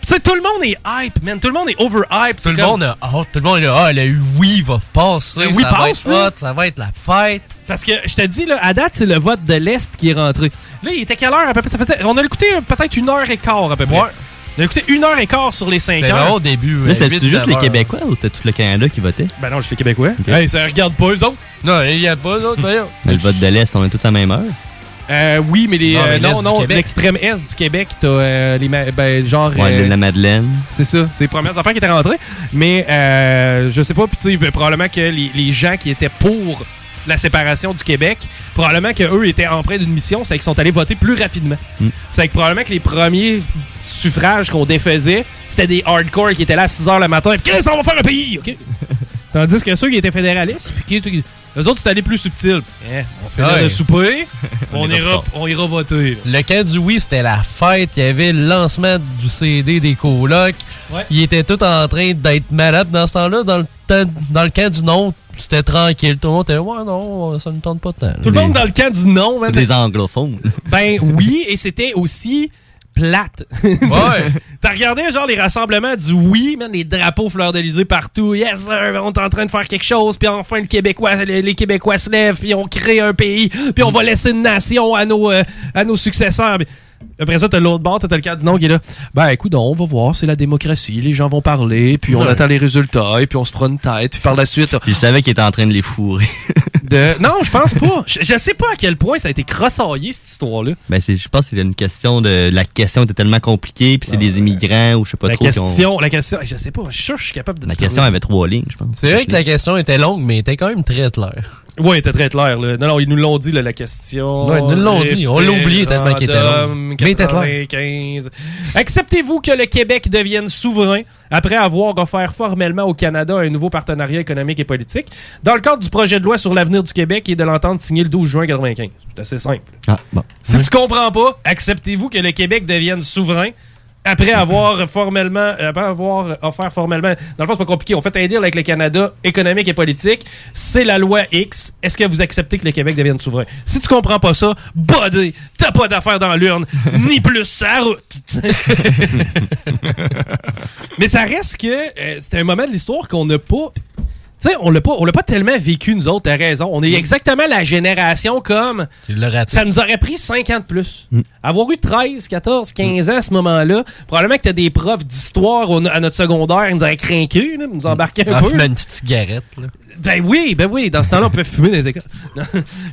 Puis Tu sais, tout le monde est hype, man. Tout le monde est overhype. Tout le monde a hâte, tout le monde est là, ah, le oui va passer, Le oui ça va passe, être là. hot, ça va être la fête. Parce que je te dis, là, à date, c'est le vote de l'Est qui est rentré. Là, il était quelle heure à peu près? Ça faisait- on a écouté euh, peut-être une heure et quart à peu près. On a écouté une heure et quart sur les cinq heures. euh, Là, c'était juste les Québécois ou c'était tout le Canada qui votait? Ben non, juste les Québécois. Ok. Hey, ça regarde pas eux autres. Non, il y a pas d'autres, d'ailleurs. Mais le vote de l'Est, on est tous à la même heure. Euh, oui, mais les, Non, mais euh, l'Est non, du non, Québec. l'extrême est du Québec, t'as euh, les ma- ben, genre. Ouais, euh, la Madeleine. c'est ça, c'est les premières affaires qui étaient rentrées. Mais euh, je sais pas, puis tu sais, ben, probablement que les, les gens qui étaient pour la séparation du Québec, probablement qu'eux étaient empreints d'une mission, c'est qu'ils sont allés voter plus rapidement. Mm. C'est que probablement que les premiers suffrages qu'on défaisait, c'était des hardcore qui étaient là à 6 h le matin, et qu'est-ce qu'on va faire le [LAUGHS] pays, OK? Tandis que ceux qui étaient fédéralistes, puis qui, eux autres, c'était allé plus subtil. Eh, on fait Ouais. le souper, [LAUGHS] on, On est ira, on ira voter. Le camp du oui, c'était la fête. Il y avait le lancement du CD des colocs. Ouais. Ils étaient tous en train d'être malades dans ce temps-là. Dans le, temps- dans le camp du non, c'était tranquille. Tout le monde était Ouais, non, ça ne tente pas tant. Tout le monde dans le camp du non. man. Des anglophones. Ben oui, et c'était aussi plate. Ouais. [LAUGHS] T'as regardé genre les rassemblements du oui, man, les drapeaux fleurs d'Elysée partout. Yes, sir, on est en train de faire quelque chose, puis enfin le Québécois, les, les Québécois se lèvent, puis on crée un pays, puis on va laisser une nation à nos, euh, à nos successeurs. Puis Après ça, t'as l'autre bord, t'as le cas du non qui est là. Ben écoute, on va voir, c'est la démocratie, les gens vont parler, puis on Ouais. attend les résultats, et puis on se fera une tête, puis par la suite. Il savait qu'il était en train de les fourrer. [LAUGHS] De... Non, je pense pas. Je, je sais pas à quel point ça a été crossaillé cette histoire-là. Ben, c'est, je pense que c'était une question de. La question était tellement compliquée, puis c'est des immigrants ou je sais pas la trop. qui ont- question, la question, je sais pas, je suis sûr que je suis capable de. La question avait trois lignes, je pense. C'est vrai que la question était longue, mais était quand même très claire. Oui, était très clair. Là. Non, non, ils nous l'ont dit, là, la question. Ouais, ils nous l'ont dit. On l'a oublié tellement qu'il était long. Référendum Mais il était clair. 95. Acceptez-vous que le Québec devienne souverain après avoir offert formellement au Canada un nouveau partenariat économique et politique dans le cadre du projet de loi sur l'avenir du Québec et de l'entente signée le 12 juin 95? C'est assez simple. Ah, bon. Si tu comprends pas, acceptez-vous que le Québec devienne souverain après avoir formellement, euh, après avoir offert formellement. Dans le fond, c'est pas compliqué. On fait un deal avec le Canada économique et politique. C'est la loi X. Est-ce que vous acceptez que le Québec devienne souverain? Si tu comprends pas ça, body, t'as pas d'affaires dans l'urne, [LAUGHS] ni plus sa route. [LAUGHS] Mais ça reste que euh, c'était un moment de l'histoire qu'on n'a pas. Tu sais, on l'a pas, on l'a pas tellement vécu nous autres. T'as raison. Mm. On est exactement la génération comme. Ça nous aurait pris 5 ans de plus. Avoir eu 13, 14, 15 ans à ce moment-là, probablement que t'as des profs d'histoire au- à notre secondaire, ils nous auraient craqué, là, ils nous embarquaient un En peu. fumant Ah, une petite cigarette. Là. Ben oui, ben oui, dans ce temps-là, on pouvait fumer dans les écoles. [LAUGHS] Non.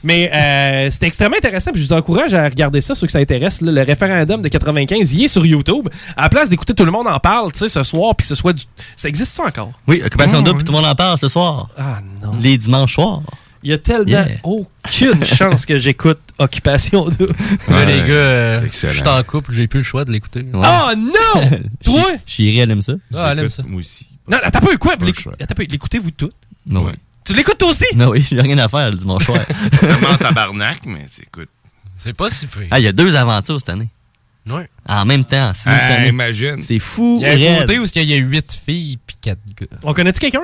Mais euh, c'était extrêmement intéressant, puis je vous encourage à regarder ça, ceux que ça intéresse. là, le référendum de 95, il est sur YouTube. À la place d'écouter tout le monde en parle, tu sais, ce soir, puis que ce soit du... Ça existe ça encore? Oui, occupation double, puis tout le monde en parle ce soir. Ah non. Les dimanches soirs. Il y a tellement Yeah. [LAUGHS] aucune chance que j'écoute Occupation 2. là, les gars, euh, je excellent. suis en couple, j'ai plus le choix de l'écouter. Oh [LAUGHS] non! Toi? Chiri, elle aime ça. Ah, elle aime ça. Moi aussi. Non, t'as pas eu quoi? Vous l'écou- t'as pas eu- L'écoutez-vous tout? Non, oui. Tu l'écoutes toi aussi? Non, oui, j'ai rien à faire le dimanche soir. Ça ment en [LAUGHS] tabarnak, mais c'est- écoute. C'est pas si pire. Ah, il y a deux aventures cette année. Ouais. En même temps, en simultané. Ah, imagine. C'est fou. Il y a un raide. côté où il y a huit filles puis quatre gars. On connaît-tu quelqu'un?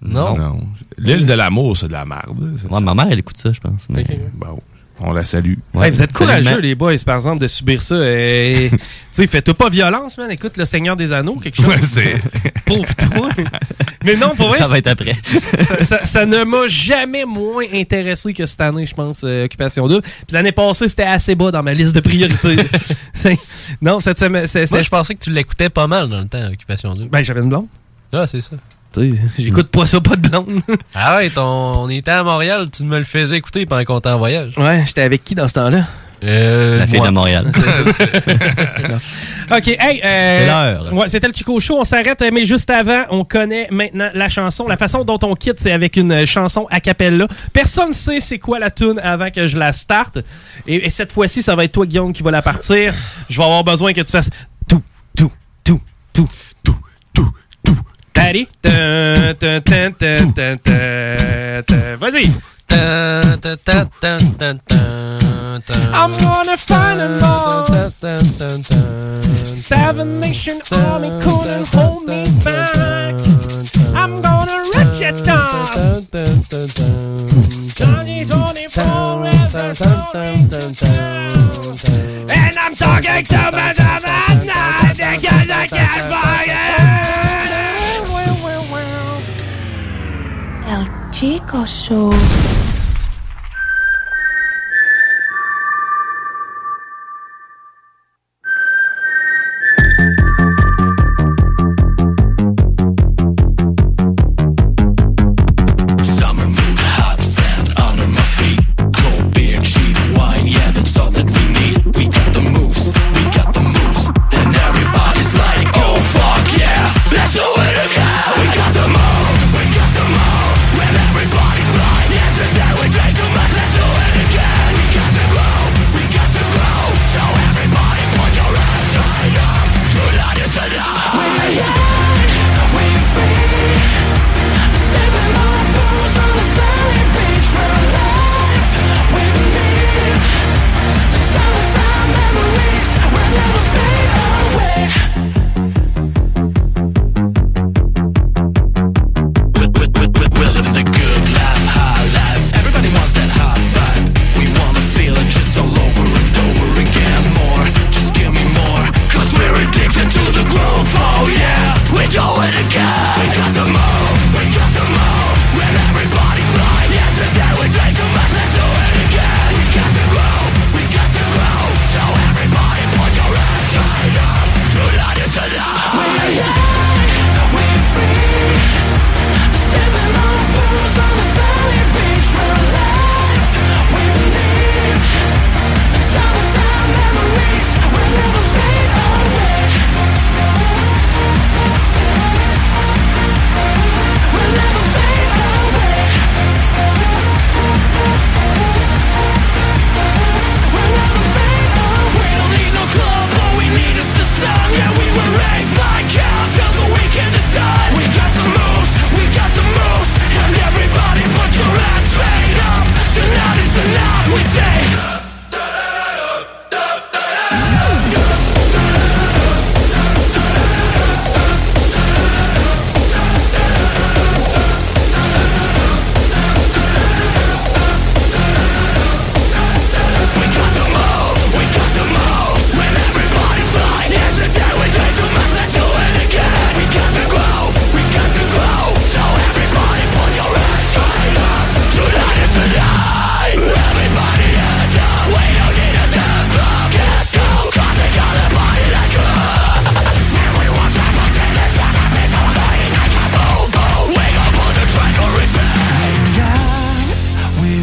Non. L'île de l'amour, c'est de la merde. Ouais, ma mère, elle écoute ça, je pense. Mais... Bon, on la salue. Hey, vous êtes courageux, Salut, les boys, par exemple, de subir ça. [LAUGHS] Et... tu sais, faites pas violence, man. Écoute, le Seigneur des Anneaux, quelque chose. Ouais, c'est- [LAUGHS] Pauvre toi. Mais non, pour [LAUGHS] vrai, Ça va être après. ça, ça- ça ne m'a jamais moins intéressé que cette année, je pense, euh, Occupation 2. Puis l'année passée, c'était assez bas dans ma liste [LAUGHS] de priorités. C'est- non, cette semaine. c'est- Moi, c'était- je pensais que tu l'écoutais pas mal dans le temps, Occupation 2. Ben, j'avais une blonde. Ah, c'est ça. J'écoute pas ça, pas de blonde. Ah ouais, ton- on était à Montréal, tu me le faisais écouter pendant qu'on était en voyage. Ouais, j'étais avec qui dans ce temps-là? Euh, La fille moi. de [LAUGHS] [LAUGHS] Montréal. OK, hey, euh, C'est l'heure. Ouais, c'était le Chico Show. On s'arrête, euh, mais juste avant, on connaît maintenant la chanson. La façon dont on quitte, c'est avec une euh, chanson a cappella. Personne sait c'est quoi la tune avant que je la starte. Et, et cette fois-ci, ça va être toi, Guillaume, qui va la partir. Je vais avoir besoin que tu fasses tout, tout, tout, tout, tout, tout, tout. Tari, tin, tin, tin, tin, tin, tin, tin. Vas-y. I'm gonna find a mom. Seven Nation Army couldn't hold me back. I'm gonna wreck your top. Johnny's on it forever, holding you down. And I'm talking to my dad at night because I can't find it. El Chico Show. Summer mood, hot sand under my feet. Cold beer, cheap wine, yeah, the oh, oh,